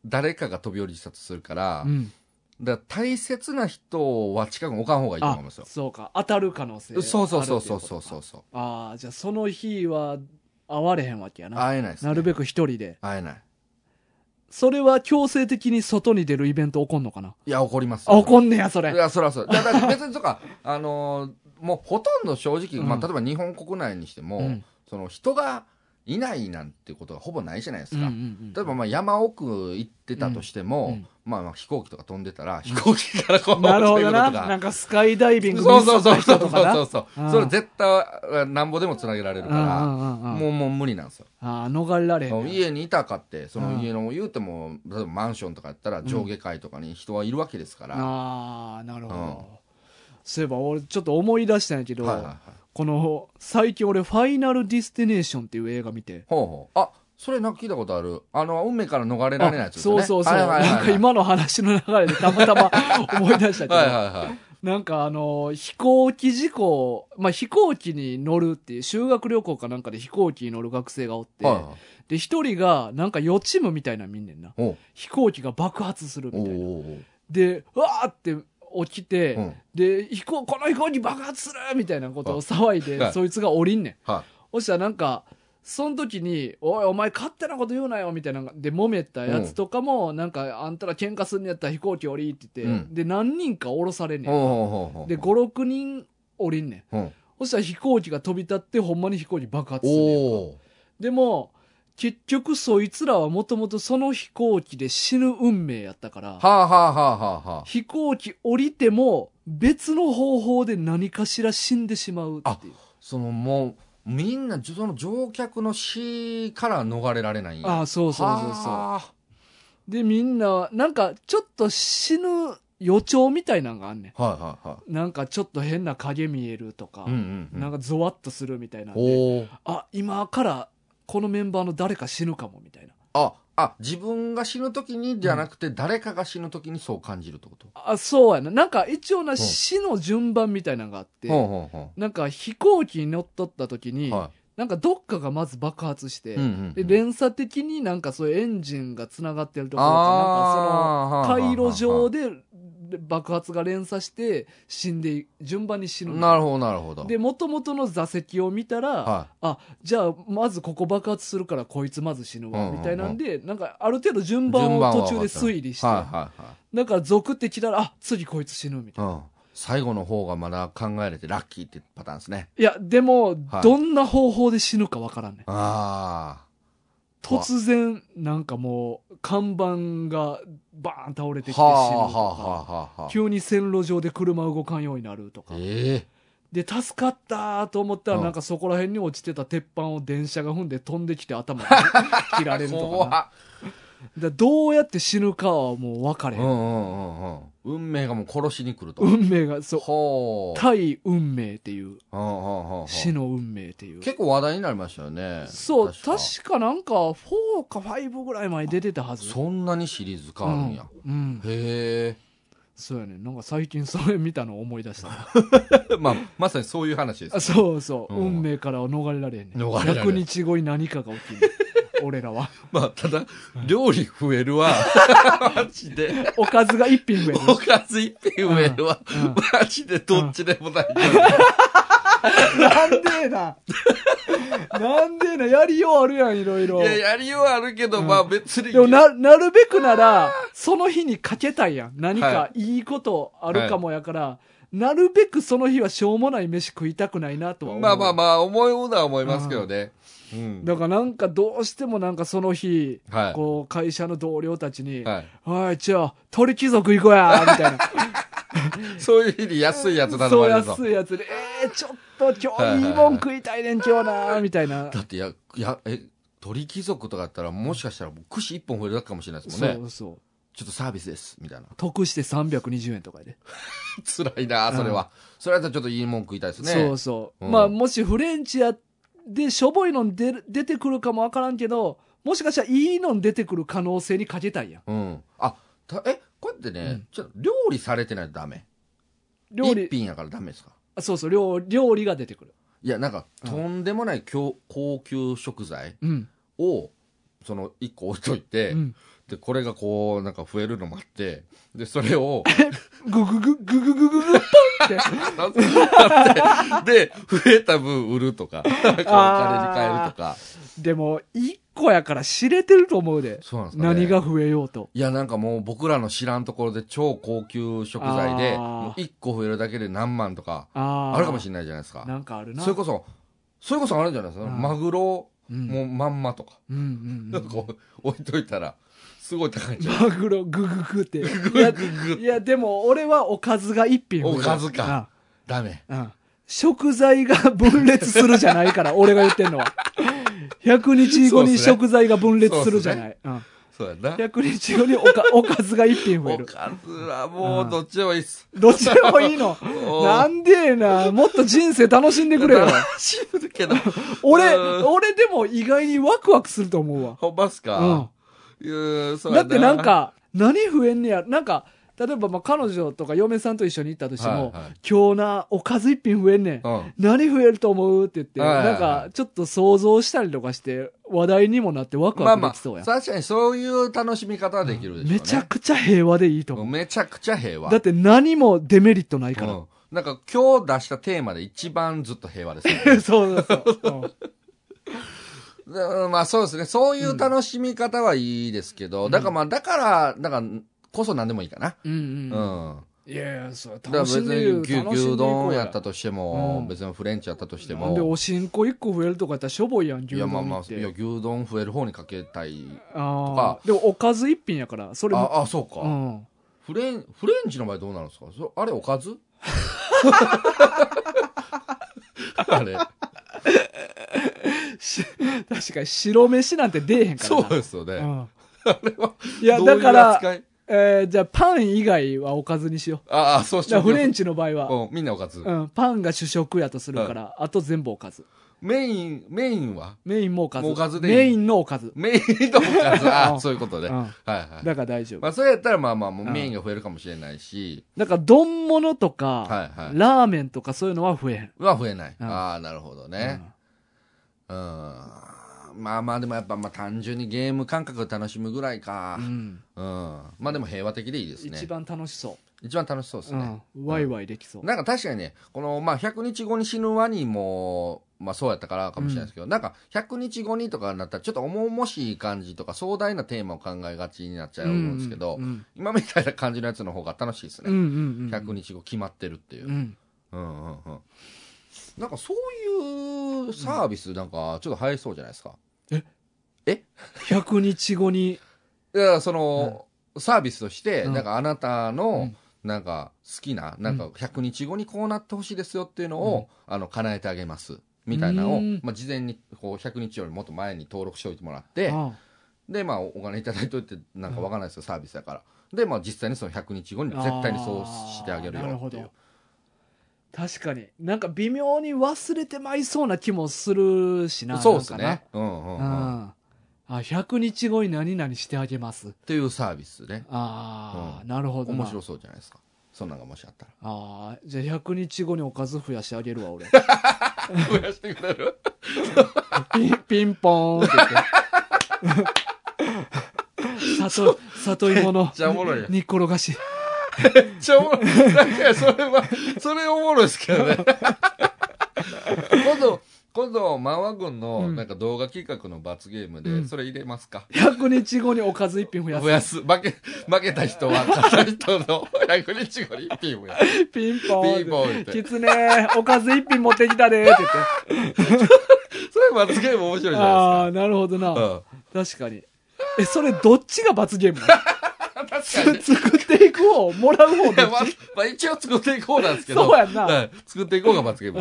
S2: 誰かが飛び降り自殺するから,、
S1: うん、
S2: だから大切な人は近くに置かん方がいいと
S1: あ
S2: 思いますよ
S1: そうか当たる可能性
S2: そうそうそうそうそうそううそう
S1: ああじゃあその日は会われへんわけやな、
S2: 会えないです、ね、
S1: なるべ
S2: く
S1: く一人で
S2: 会えない
S1: それは強制的に外に出るイベント起こんのかない
S2: や怒ります
S1: あ怒
S2: ん
S1: んねやそ
S2: い
S1: れ
S2: やそらそうだから別にとかあのーもうほとんど正直、ま
S1: うん
S2: あ、例えば日本国内にしても、
S1: うん
S2: その人がいないなんてことがほぼないじゃないです
S1: うん
S2: か、
S1: うんうん
S2: 例えばまあ山奥行ってたとしても、
S1: うん
S2: まあまあ飛行機とか飛んでたら飛行機からこ う
S1: なるほど
S2: 落ちてく
S1: な
S2: るとか
S1: なんかスカイダイビング
S2: そうそうそうそう
S1: ミスった人
S2: そ
S1: と
S2: う
S1: かな
S2: そうそう
S1: うん
S2: それ絶対なんぼでもつなげられるか
S1: うんうんう
S2: ら
S1: んうん
S2: もうもう無理なんですよ
S1: あー逃れられへんね
S2: 家にいたかってそ
S1: うん
S2: の家の言うても例えばマンションとかやったら上下階とかに人はいるわけですから、
S1: ああなるほど、
S2: うん
S1: そういえば俺ちょっと思い出したんやけど、
S2: はいはいはい
S1: この最近俺「ファイナルディスティネーション」っていう映画見て
S2: ほうほうあそれなんか聞いたことあるあの運命から逃れられないやつですよね
S1: あそうそうそう、
S2: はいはいはい
S1: なんか今の話の流れでたまたま思い出したけど、
S2: はいはいはい
S1: なんかあの飛行機事故、まあ、飛行機に乗るっていう修学旅行かなんかで飛行機に乗る学生がおって、
S2: はいはい
S1: で一人がなんか予知夢みたいなの見んねんな
S2: おう
S1: 飛行機が爆発する
S2: おう
S1: みたいな
S2: おうおう
S1: でうわーって起きて、
S2: うん
S1: で飛行この飛行機爆発するみたいなことを騒い
S2: は
S1: で
S2: い
S1: そいつが降りんねん
S2: は
S1: そしたらなんかその時に「おいお前勝手なこと言うなよ」みたいなのがで揉めたやつとかも、なんか「あんたら喧嘩すんのやったら飛行機降り」って言って、
S2: うん
S1: で何人か降ろされん
S2: い
S1: ね
S2: お
S1: ん
S2: うおうおうおう
S1: で56人降りんねん
S2: うん
S1: そしたら飛行機が飛び立ってほんまに飛行機爆発するねん
S2: おお
S1: でも結局そいつらはもともとその飛行機で死ぬ運命やったから
S2: はあはあはあはあはあ
S1: 飛行機降りても別の方法で何かしら死んでしまうっていう
S2: そのもうみんなじその乗客の死から逃れられないんや
S1: ああそうそうそうそう
S2: はあ
S1: でみんななんかちょっと死ぬ予兆みたいなのがあんね
S2: はいはいは
S1: んなんかちょっと変な影見えるとか、
S2: いうんうんうん
S1: なんかゾワッとするみたいなんで
S2: おお
S1: あ今からこのメンバーの誰か死ぬかもみたいな
S2: ああ自分が死ぬ時にじゃなくて誰かが死ぬ時にそう感じるってこと、
S1: あそうやななんか一応な、
S2: ん
S1: 死の順番みたいなのがあって、
S2: ほうほうほ
S1: なんか飛行機に乗っとった時
S2: う
S1: に、
S2: は
S1: なんかどっかがまず爆発して、
S2: いうんうんうん
S1: で連鎖的になんかそういうエンジンがつながってるところとなん
S2: あー
S1: かその回路
S2: はあはあ
S1: 上
S2: は
S1: で爆発が連鎖して死んでい順番に死ぬんだ
S2: なるほどなるほど
S1: で元々の座席を見たら、
S2: は
S1: あじゃあまずここ爆発するからこいつまず死ぬ
S2: うんうん
S1: わ
S2: うん
S1: みたいなんで、なんかある程度順
S2: い、
S1: 番を
S2: 順番は
S1: 途中で
S2: 分かった
S1: 推理して、
S2: はいはいはい
S1: だから続ってきたらあ次こいつ死ぬみたいな。
S2: うん、最後の方がまだ考えれてラッキーってパターンですね
S1: いや、でも、
S2: はい
S1: どんな方法で死ぬかわからんね。
S2: あ怖っ
S1: 突然、なんかもう、看板がバーン倒れてきて死ぬと
S2: あは
S1: か、
S2: あはあはあはあ
S1: 急に線路上で車動かんようになるとか。
S2: え
S1: で、助かったと思ったら、
S2: うん
S1: なんかそこら辺に落ちてた鉄板を電車が踏んで飛んできて 頭に切ら
S2: え
S1: れるとかな。
S2: 怖
S1: だか
S2: っ
S1: らどうやって死ぬかはもう分かれへ
S2: うん
S1: ん。
S2: うんうんうん運命がもう殺しに来ると
S1: 運命が、そう。
S2: ほう
S1: 対運命っていう、
S2: うんうんうんうん
S1: 死の運命っていう。
S2: 結構話題になりましたよね
S1: そう、確かなんか、4か5ぐらい前に出てたはず。
S2: そんなにシリーズ変わるんや、
S1: うん、
S2: へ
S1: そうやねなんか最近それ見たのを思い出した
S2: え、まあ、まさにそういう話です
S1: あそうそう、
S2: うん
S1: 運命からは逃れられへんね
S2: 逃れられへん
S1: 100日後に何かが起きる 俺らは
S2: まあただ料理増える わマジで
S1: おかずが一品増える
S2: おかず一品増えるわ、
S1: うん
S2: マジでどっちでもない、
S1: なんでえななんでえなやりようあるやんいろいろ
S2: いややりようはあるけど、
S1: うん
S2: まあ別に
S1: でもななるべくならその日にかけたいやん何かいいことあるかもやから、なるべくその日はしょうもない飯食いたくないなとは思う
S2: まあまあまあ思うのは思いますけどね、うん
S1: だからなんかどうしてもなんかその日
S2: はい
S1: こう会社の同僚たちに、
S2: はい、
S1: おい、ちょ、鳥貴族行こうや、みたいな。
S2: そういう日に安いやつ頼
S1: そう
S2: まれると
S1: 安いやつで、えー、ちょっと今日いいもん食いたいねん、今日な、みたいな。
S2: だってややえ鳥貴族とかだったらもしかしたらもう串一本増えるだけかもしれないです
S1: そ
S2: もんね
S1: うそう。
S2: ちょっとサービスですみたいな
S1: 得して320円とかで。
S2: 辛いなそれは、それだったらちょっといいもん食いたいですね
S1: そうそう。
S2: うん
S1: まあ、もしフレンチやで、しょぼいのん出る出てくるかもわからんけど、もしかしたらいいのん出てくる可能性にかけたいやん。
S2: うんあたえこうやってね、
S1: うん
S2: ちょっと料理されてないとダメ
S1: 料
S2: 一
S1: 理、
S2: 品やからダメですか
S1: あそうそう、料料理が出てくる。
S2: いやなんか、
S1: うん
S2: とんでもない高高級食材
S1: うん。
S2: をその一個置いといて、
S1: うん
S2: でこれがこうなんか増えるのもあってでそれを
S1: ぐぐぐ、ぐぐぐぐぐ、ポンって。
S2: だって、 で、増えた分売ると か、なんかお金に変えるとか。
S1: でも、1個やから知れてると思うで。
S2: そうなんですか、ね、
S1: 何が増えようと。
S2: いや、なんかもう僕らの知らんところで超高級食材で、
S1: あー
S2: もう1個増えるだけで何万とか、
S1: あ
S2: あ
S1: ー
S2: るかもしれないじゃないですか。
S1: んかある
S2: それこそ、それこそあるじゃないです
S1: う
S2: か。
S1: ん
S2: マグロ
S1: うん
S2: もまんまとか、
S1: うんうんう
S2: なんかこう置いといたら、すごい高いんじゃん。
S1: マグログググって。い
S2: グ
S1: や
S2: ッグッグ
S1: い
S2: ッ
S1: や、でも俺はおかずが一品増える。
S2: おかずかダメ。
S1: うん。うん食材が分裂するじゃない から、俺が言ってんのは。100日後
S2: そうっ
S1: に
S2: すね
S1: 食材が分裂するじゃない。うん
S2: そうやな。
S1: 100日後にお かおかずが一品増え
S2: お
S1: る。
S2: かずはもうどっちでもいいっす。
S1: どっちでもいいの。
S2: おー
S1: なんでえな。もっと人生楽しんでくれよ。
S2: 知るけど。
S1: 俺、
S2: うん
S1: 俺でも意外にワクワクすると思うわ。
S2: ほんまっす
S1: う
S2: か
S1: ん
S2: いやーそう
S1: だ
S2: や
S1: ってなん、か、何増えんねや。なんか、例えばまあ彼女とか嫁さんと一緒に行ったとしても、
S2: はいはい
S1: 今日な、おかず一品増えんねん。
S2: うん。
S1: 何増えると思うって言って、
S2: はいはいはい
S1: なんか、ちょっと想像したりとかして、話題にもなってワク
S2: ま
S1: ワ
S2: あ
S1: ク
S2: ま
S1: で
S2: あ、
S1: きそうや。
S2: 確かにそういう楽しみ方はできるでしょうね。
S1: めちゃくちゃ平和でいいと思う。
S2: めちゃくちゃ平和。
S1: だって何もデメリットないか
S2: う
S1: ら。
S2: んなんか今日出したテーマで一番ずっと平 和ですね
S1: そうそうそう。
S2: うんまあそうですね。そういう楽しみ方はいいですけど、だからまあ、だから、だから、こそ何でもいいかな。
S1: うんうん
S2: う
S1: うん。
S2: ん。
S1: いやいや、そう、
S2: だから
S1: 楽
S2: 別
S1: しんでる
S2: に牛
S1: 楽しんで
S2: 牛
S1: いこ
S2: 丼
S1: う
S2: やったとしても、
S1: うん
S2: 別にフレンチやったとして
S1: なんで
S2: も、
S1: おしんこ一個増えるとかやったらしょぼいやん、牛
S2: いやまあ
S1: 丼に
S2: ま
S1: っ
S2: あ、
S1: て。
S2: いや牛丼増える方にかけたい。と
S1: あ
S2: か
S1: あ。でもおかず一品やから、それも。
S2: あ、あ、そうか。
S1: うん。
S2: フレン、フレンチの場合どうなるんですかそれあれおかず あれ。
S1: し 確かに白飯なんて出えへんから
S2: そ
S1: な
S2: うですよね。
S1: う
S2: ど
S1: んいうやだか
S2: いう
S1: ら
S2: 扱い
S1: えーじゃあパン以外はおかずにしよ
S2: ああ、そう
S1: う
S2: し
S1: じゃあフレン
S2: チ。
S1: チの場合は、
S2: うんみんなおかず。
S1: うん、パンが主食やとするから、あと全部おかず
S2: メイン、メインは
S1: メインもおかず。
S2: もうおかずでいい
S1: メインのおかず。
S2: メインとか
S1: う
S2: さ、
S1: ん
S2: そういうことで。
S1: う
S2: はい
S1: ん。
S2: はい。
S1: だから大丈夫
S2: ま。あ、それやったら、まあまあ、もう
S1: うん
S2: メインが増えるかもしれないし、
S1: だから、丼物とか、
S2: はいはい。
S1: ラーメンとかそういうのは増えへん。
S2: は増えない。
S1: うん
S2: ああ、なるほどね。うん。まあまあ、でもやっぱ、まあ単純にゲーム感覚を楽しむぐらいか
S1: うん。う。ん
S2: うん。まあでも平和的でいいですね。
S1: 一番楽しそ
S2: 一番楽しそうです
S1: う。う
S2: ね。
S1: ん。ワイワイできそう。
S2: なんか確かにね、この、まあ100日後に死ぬワニも、まあそうやったからかもしれないですけど、なんか100日後にとかになったらちょっと重々しい感じとか壮大なテーマを考えがちになっちゃうと思うんですけど、
S1: うんうん
S2: 今みたいな感じのやつの方が楽しいです
S1: うん
S2: ね。
S1: うん。
S2: 100日後決まってるっていう。
S1: うん。
S2: うんうんうん。なんかそういうサービスなんかちょっと流行りそうじゃないですか。
S1: 100日後に、
S2: いや、その、サービスとして、
S1: うん
S2: なんかあなた
S1: う
S2: の
S1: ん、
S2: なんか好きな、なんか100日後にこうなってほしいですよっていうのを、あの、叶えてあげます。みたいなの
S1: う
S2: を
S1: ん、
S2: まあ、事前に、こう、100日よりもっと前に登録しておいてもらって、
S1: あ
S2: で、まあ、お金いただいといて、なんかわかんないですよ、サービスだから。で、まあ、実際にその100日後に絶対にそうしてあげる
S1: ーな
S2: よ
S1: ほ
S2: ってい
S1: ど
S2: う。
S1: 確かになんか微妙に忘れてまいそうな気もするしな
S2: そうです
S1: なん
S2: ね
S1: か。
S2: うんうんう。
S1: なうん
S2: っ
S1: んあ100日後に何々してあげます
S2: ていうサービスね。
S1: ああ、
S2: う
S1: なるほどな
S2: 面白そうじゃないですか。そんなんがもしあっ たら。
S1: あーじゃあ100日後におかず増やしてあげるわ俺
S2: 増やしてくれる
S1: ピンピンポーンって 言って里里芋の
S2: めっちゃおもろいやん
S1: 煮っ転がし
S2: めっちゃおもろい。なんかそれは、それおもろいです けどね。今度、今度、マンワ君
S1: う
S2: の
S1: ん
S2: なんか動画企画の罰ゲーム
S1: うん
S2: で、それ入れますか、
S1: 100日後におかず1品増やす
S2: 増やす。負け、負けた人は、勝った人の100日後に1品増やす。
S1: ピンポーン
S2: ピンポーン
S1: っ。
S2: ってて
S1: きつねおかず一品持ってきたでーって言って。
S2: それ罰ゲーム面白いじ
S1: ああ
S2: ゃ
S1: ー、なるほどな、
S2: ないですか。
S1: 確かに。え、それどっちが罰ゲームな
S2: うん。確かに
S1: の つ作っていく方、もらう方
S2: いや
S1: ど
S2: まあ
S1: っち、
S2: まあ一応作っていこうなんですけど。
S1: そうやんな
S2: はい作っていこうが罰ゲーム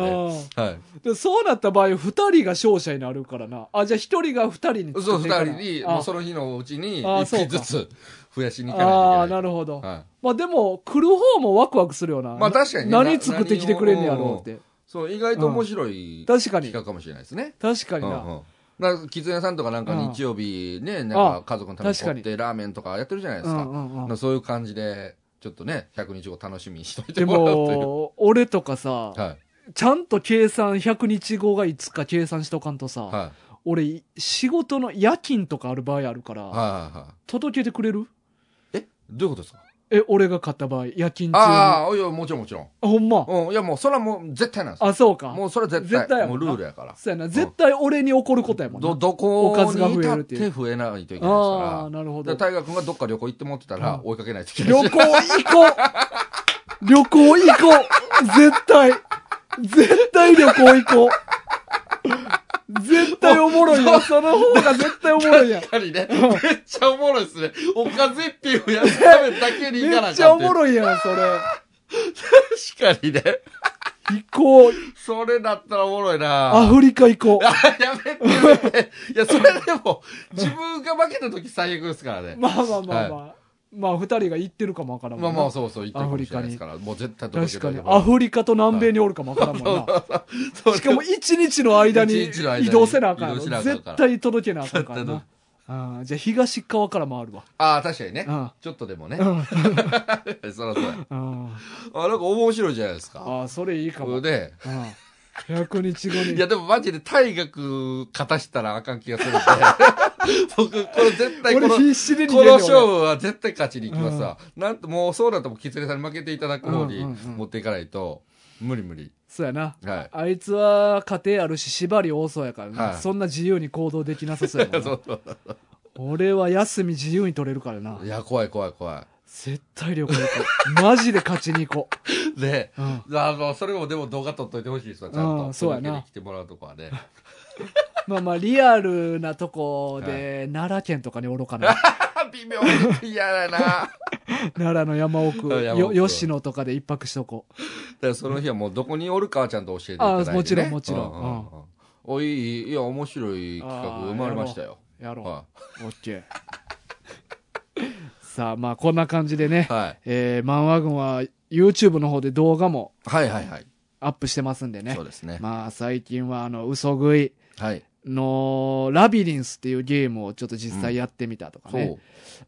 S1: う
S2: で。はい。
S1: んでそうなった場合、二人が勝者になるからな。あ、じゃあ一人が二人に作
S2: そう、
S1: っ
S2: 二
S1: ていかな
S2: 人に、もうその日のうちに、
S1: あー
S2: 一
S1: そう
S2: 品
S1: か
S2: ずつ増やしに行かないといけない。
S1: ああー、なるほど。
S2: はい。
S1: まあでも、来る方もワクワクするよな。
S2: まあ確かにね
S1: 何作ってきてくれんねやろうって。
S2: そう、意外と面白い
S1: 確かに
S2: 企。画かもしれないですね。
S1: 確か
S2: うんう
S1: にな。
S2: ん。だから、キツネさんとかなんか
S1: うん
S2: 日曜日ね、なんか家族のために
S1: 確か
S2: 取
S1: に
S2: ってラーメンとかやってるじゃないで
S1: う
S2: すか。
S1: んうんうん
S2: だからそういう感じで、ちょっとね、100日後楽しみにしとい
S1: で
S2: てもらうという。
S1: も、俺とかさ、
S2: はい。
S1: ちゃんと計算、100日後がいつか計算しとかんとさ、
S2: はい。
S1: 俺い、仕事の夜勤とかある場合あるから、
S2: はいはいは
S1: 届けてくれる
S2: い。えどういうことですか
S1: え、俺が買った場合、夜勤中に。あ
S2: ああ、いや、もちろんもちろん。
S1: ほんま。
S2: うん。いや、もう、それはもう絶対なんですよ。
S1: あ、そうか。
S2: もう、それは絶対。
S1: 絶対やも
S2: も
S1: ん
S2: う
S1: な
S2: ルールやから。
S1: そうやな。絶対俺に怒ることやもんな。
S2: ど、ど
S1: お
S2: こ
S1: かずが
S2: に
S1: 増え
S2: 至
S1: るっ
S2: って
S1: いう
S2: て増えないといけないです
S1: ああ、
S2: か
S1: なるほ
S2: ら。で、
S1: ど。
S2: 大河君がどっか旅行行ってもってた
S1: う
S2: ら
S1: ん、
S2: 追いかけないといけない
S1: 旅行行こう旅行行こう絶対絶対旅行行こう絶対おもろいよ。その方が絶対おもろいやん。
S2: 確かにね、めっちゃおもろいですね。おかず一品増やすためだけに行か
S1: め
S2: なあかん
S1: っちゃおも
S2: い。
S1: ろいやん、それ。
S2: 確かにね。
S1: 行こう。
S2: それだったらおもろいな
S1: アフリカ行こう。
S2: あ、 やめてやめて。いや、それでも、自分が負けた時最悪ですからね。
S1: まあまあまあまあ。まあ、二人が行ってるかもわからん
S2: ま
S1: も
S2: あ
S1: んな。
S2: まあ、そうそう、言ってるかもしれないですから。もう絶対
S1: 確かに。ア
S2: あ、
S1: フリカと南米におるかもわからんもんな。
S2: そう
S1: しかも一日の間に
S2: 一日の間に
S1: 移動せなあかんやろ
S2: 移動しなあかん
S1: 絶
S2: から
S1: 対届けなあかんから
S2: 絶
S1: な。ああじゃあ東側から回るわ。
S2: あー確かにね
S1: うん。
S2: ちょっとでもね。
S1: うん
S2: そらそうや。
S1: あ
S2: あ、なんか面白いじゃないですか。
S1: あ、それいいかも。
S2: で、
S1: ああ100日後
S2: い
S1: に
S2: や、。でもマジで大学勝たしたらあかん気が するんで。僕、これ絶対こ
S1: 俺
S2: の、
S1: 必死で逃げ
S2: こ
S1: る
S2: の
S1: よ
S2: 勝負は絶対勝ちにいきますわ。なんと、もうそうだともう、キツネさんに負けていただく方
S1: う
S2: に
S1: んうんうん
S2: 持っていかないと、無理無理。
S1: そうやな。
S2: はい。
S1: あいつは家庭あるし縛り多そうやから
S2: は
S1: な。
S2: い
S1: そんな自由に行動できなさそうやもん
S2: そ
S1: な
S2: うそう。
S1: 俺は休み自由に取れるからない
S2: や、怖い怖い怖
S1: 絶対旅行行こう。 マジで勝ちに行こ
S2: い。で、
S1: う。うん。
S2: あの、それもでも動画撮っといてほしいですわ、ちゃん
S1: う
S2: と。
S1: んそうやな
S2: 届けに来てもらうとこはね。
S1: まあまあ、リアルなとこで、奈良県とかにおろうか な。
S2: あ 微妙。嫌だな。だか
S1: 奈良の山奥、
S2: うん山
S1: よ
S2: 奥
S1: 吉野とかで一泊しとこう。
S2: らその日はもうどこにおるかはちゃんと教えていただいて、ね。
S1: あもちろんもちろん
S2: うううおいい、いや、面白い企画生まれましたよ。
S1: やろう。
S2: は
S1: オッケー。 さあ、まあ、こんな感じでね
S2: い。、はい。
S1: えー、漫画軍は YouTube の方で動画も
S2: はいはいはい。
S1: アップしてますんでね
S2: そう。ですね。
S1: まあ最近はあの、嘘食い
S2: はい。
S1: のラビリンスっていうゲームをちょっと実際やってみたとか
S2: そう。
S1: ね。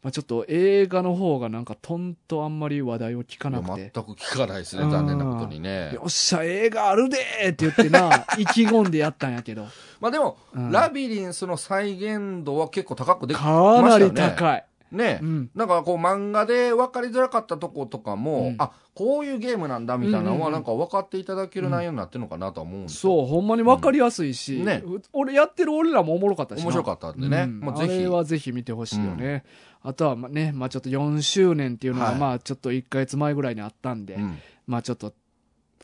S1: まあちょっと映画の方がなんかとんとあんまり話題を聞か
S2: い
S1: な
S2: や
S1: く
S2: 全
S1: て。
S2: く聞かないですね、残念なことにね
S1: よ。っしゃ、映画あるでーって言って な、意気込んでやったんやけど。
S2: まあでも、
S1: うん
S2: ラビリンスの再現度は結構高くでき
S1: かなり高い。
S2: ね
S1: う。ん。
S2: なんかこう漫画で分かりづらかったとことかも、
S1: うん
S2: あこういうゲームなんだみたいな
S1: うん
S2: の
S1: うんう
S2: は
S1: ん
S2: なんか分かっていただける内容になってるのかなとは思うんですよ、
S1: そう、ほんまに分かりやすいし、
S2: うんね
S1: う俺やってる俺らもおもろかったしな。
S2: 面白かったんでね、
S1: うん
S2: もう
S1: あ
S2: ぜひ
S1: れはぜひ見てほしいよね。あとはまね、まあちょっと4周年っていうのが、
S2: はい
S1: まあちょっと1ヶ月前ぐらいにあったんで、
S2: うん
S1: まあちょっと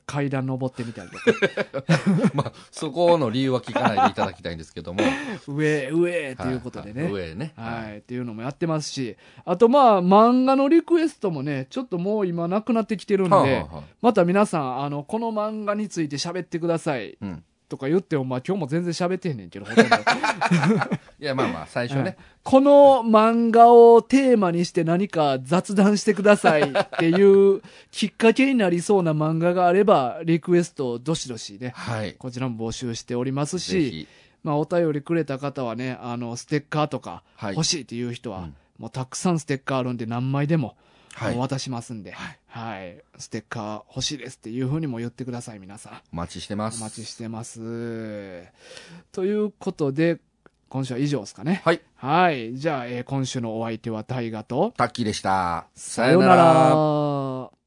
S1: 階段登ってみたりとか、
S2: まあ、そこの理由は聞かないでいただきたいんですけど も
S1: 上へ上へということでね。
S2: はいはい上ね、
S1: はい、っていうのもやってますし、あとまあ漫画のリクエストもね、ちょっともう今なくなってきてるんで、
S2: はあはあはあ
S1: また皆さん、あの、この漫画について喋ってください
S2: うん、
S1: とか言っても、まあ今日も全然喋ってへんねんけど、ほとんど
S2: いやまあまあ最初
S1: はい
S2: ね、
S1: この漫画をテーマにして何か雑談してくださいっていうきっかけになりそうな漫画があれば、リクエストをどしどしね、
S2: はい
S1: こちらも募集しております
S2: ぜ
S1: し、
S2: ひ
S1: まあお便りくれた方はね、あの、ステッカーとか
S2: はい
S1: 欲しいっていう人は、
S2: うん
S1: もうたくさんステッカーあるんで何枚でも、
S2: はい
S1: お渡しますんで、
S2: はい
S1: はい。ステッカー欲しいですっていうふうにも言ってください、皆さん。
S2: お待ちしてま
S1: お
S2: す
S1: 待ちしてます。ということで、今週は以上ですかね。
S2: はい
S1: はい。じゃあ、えー今週のお相手は大河と、
S2: タッキーでした
S1: さようなら。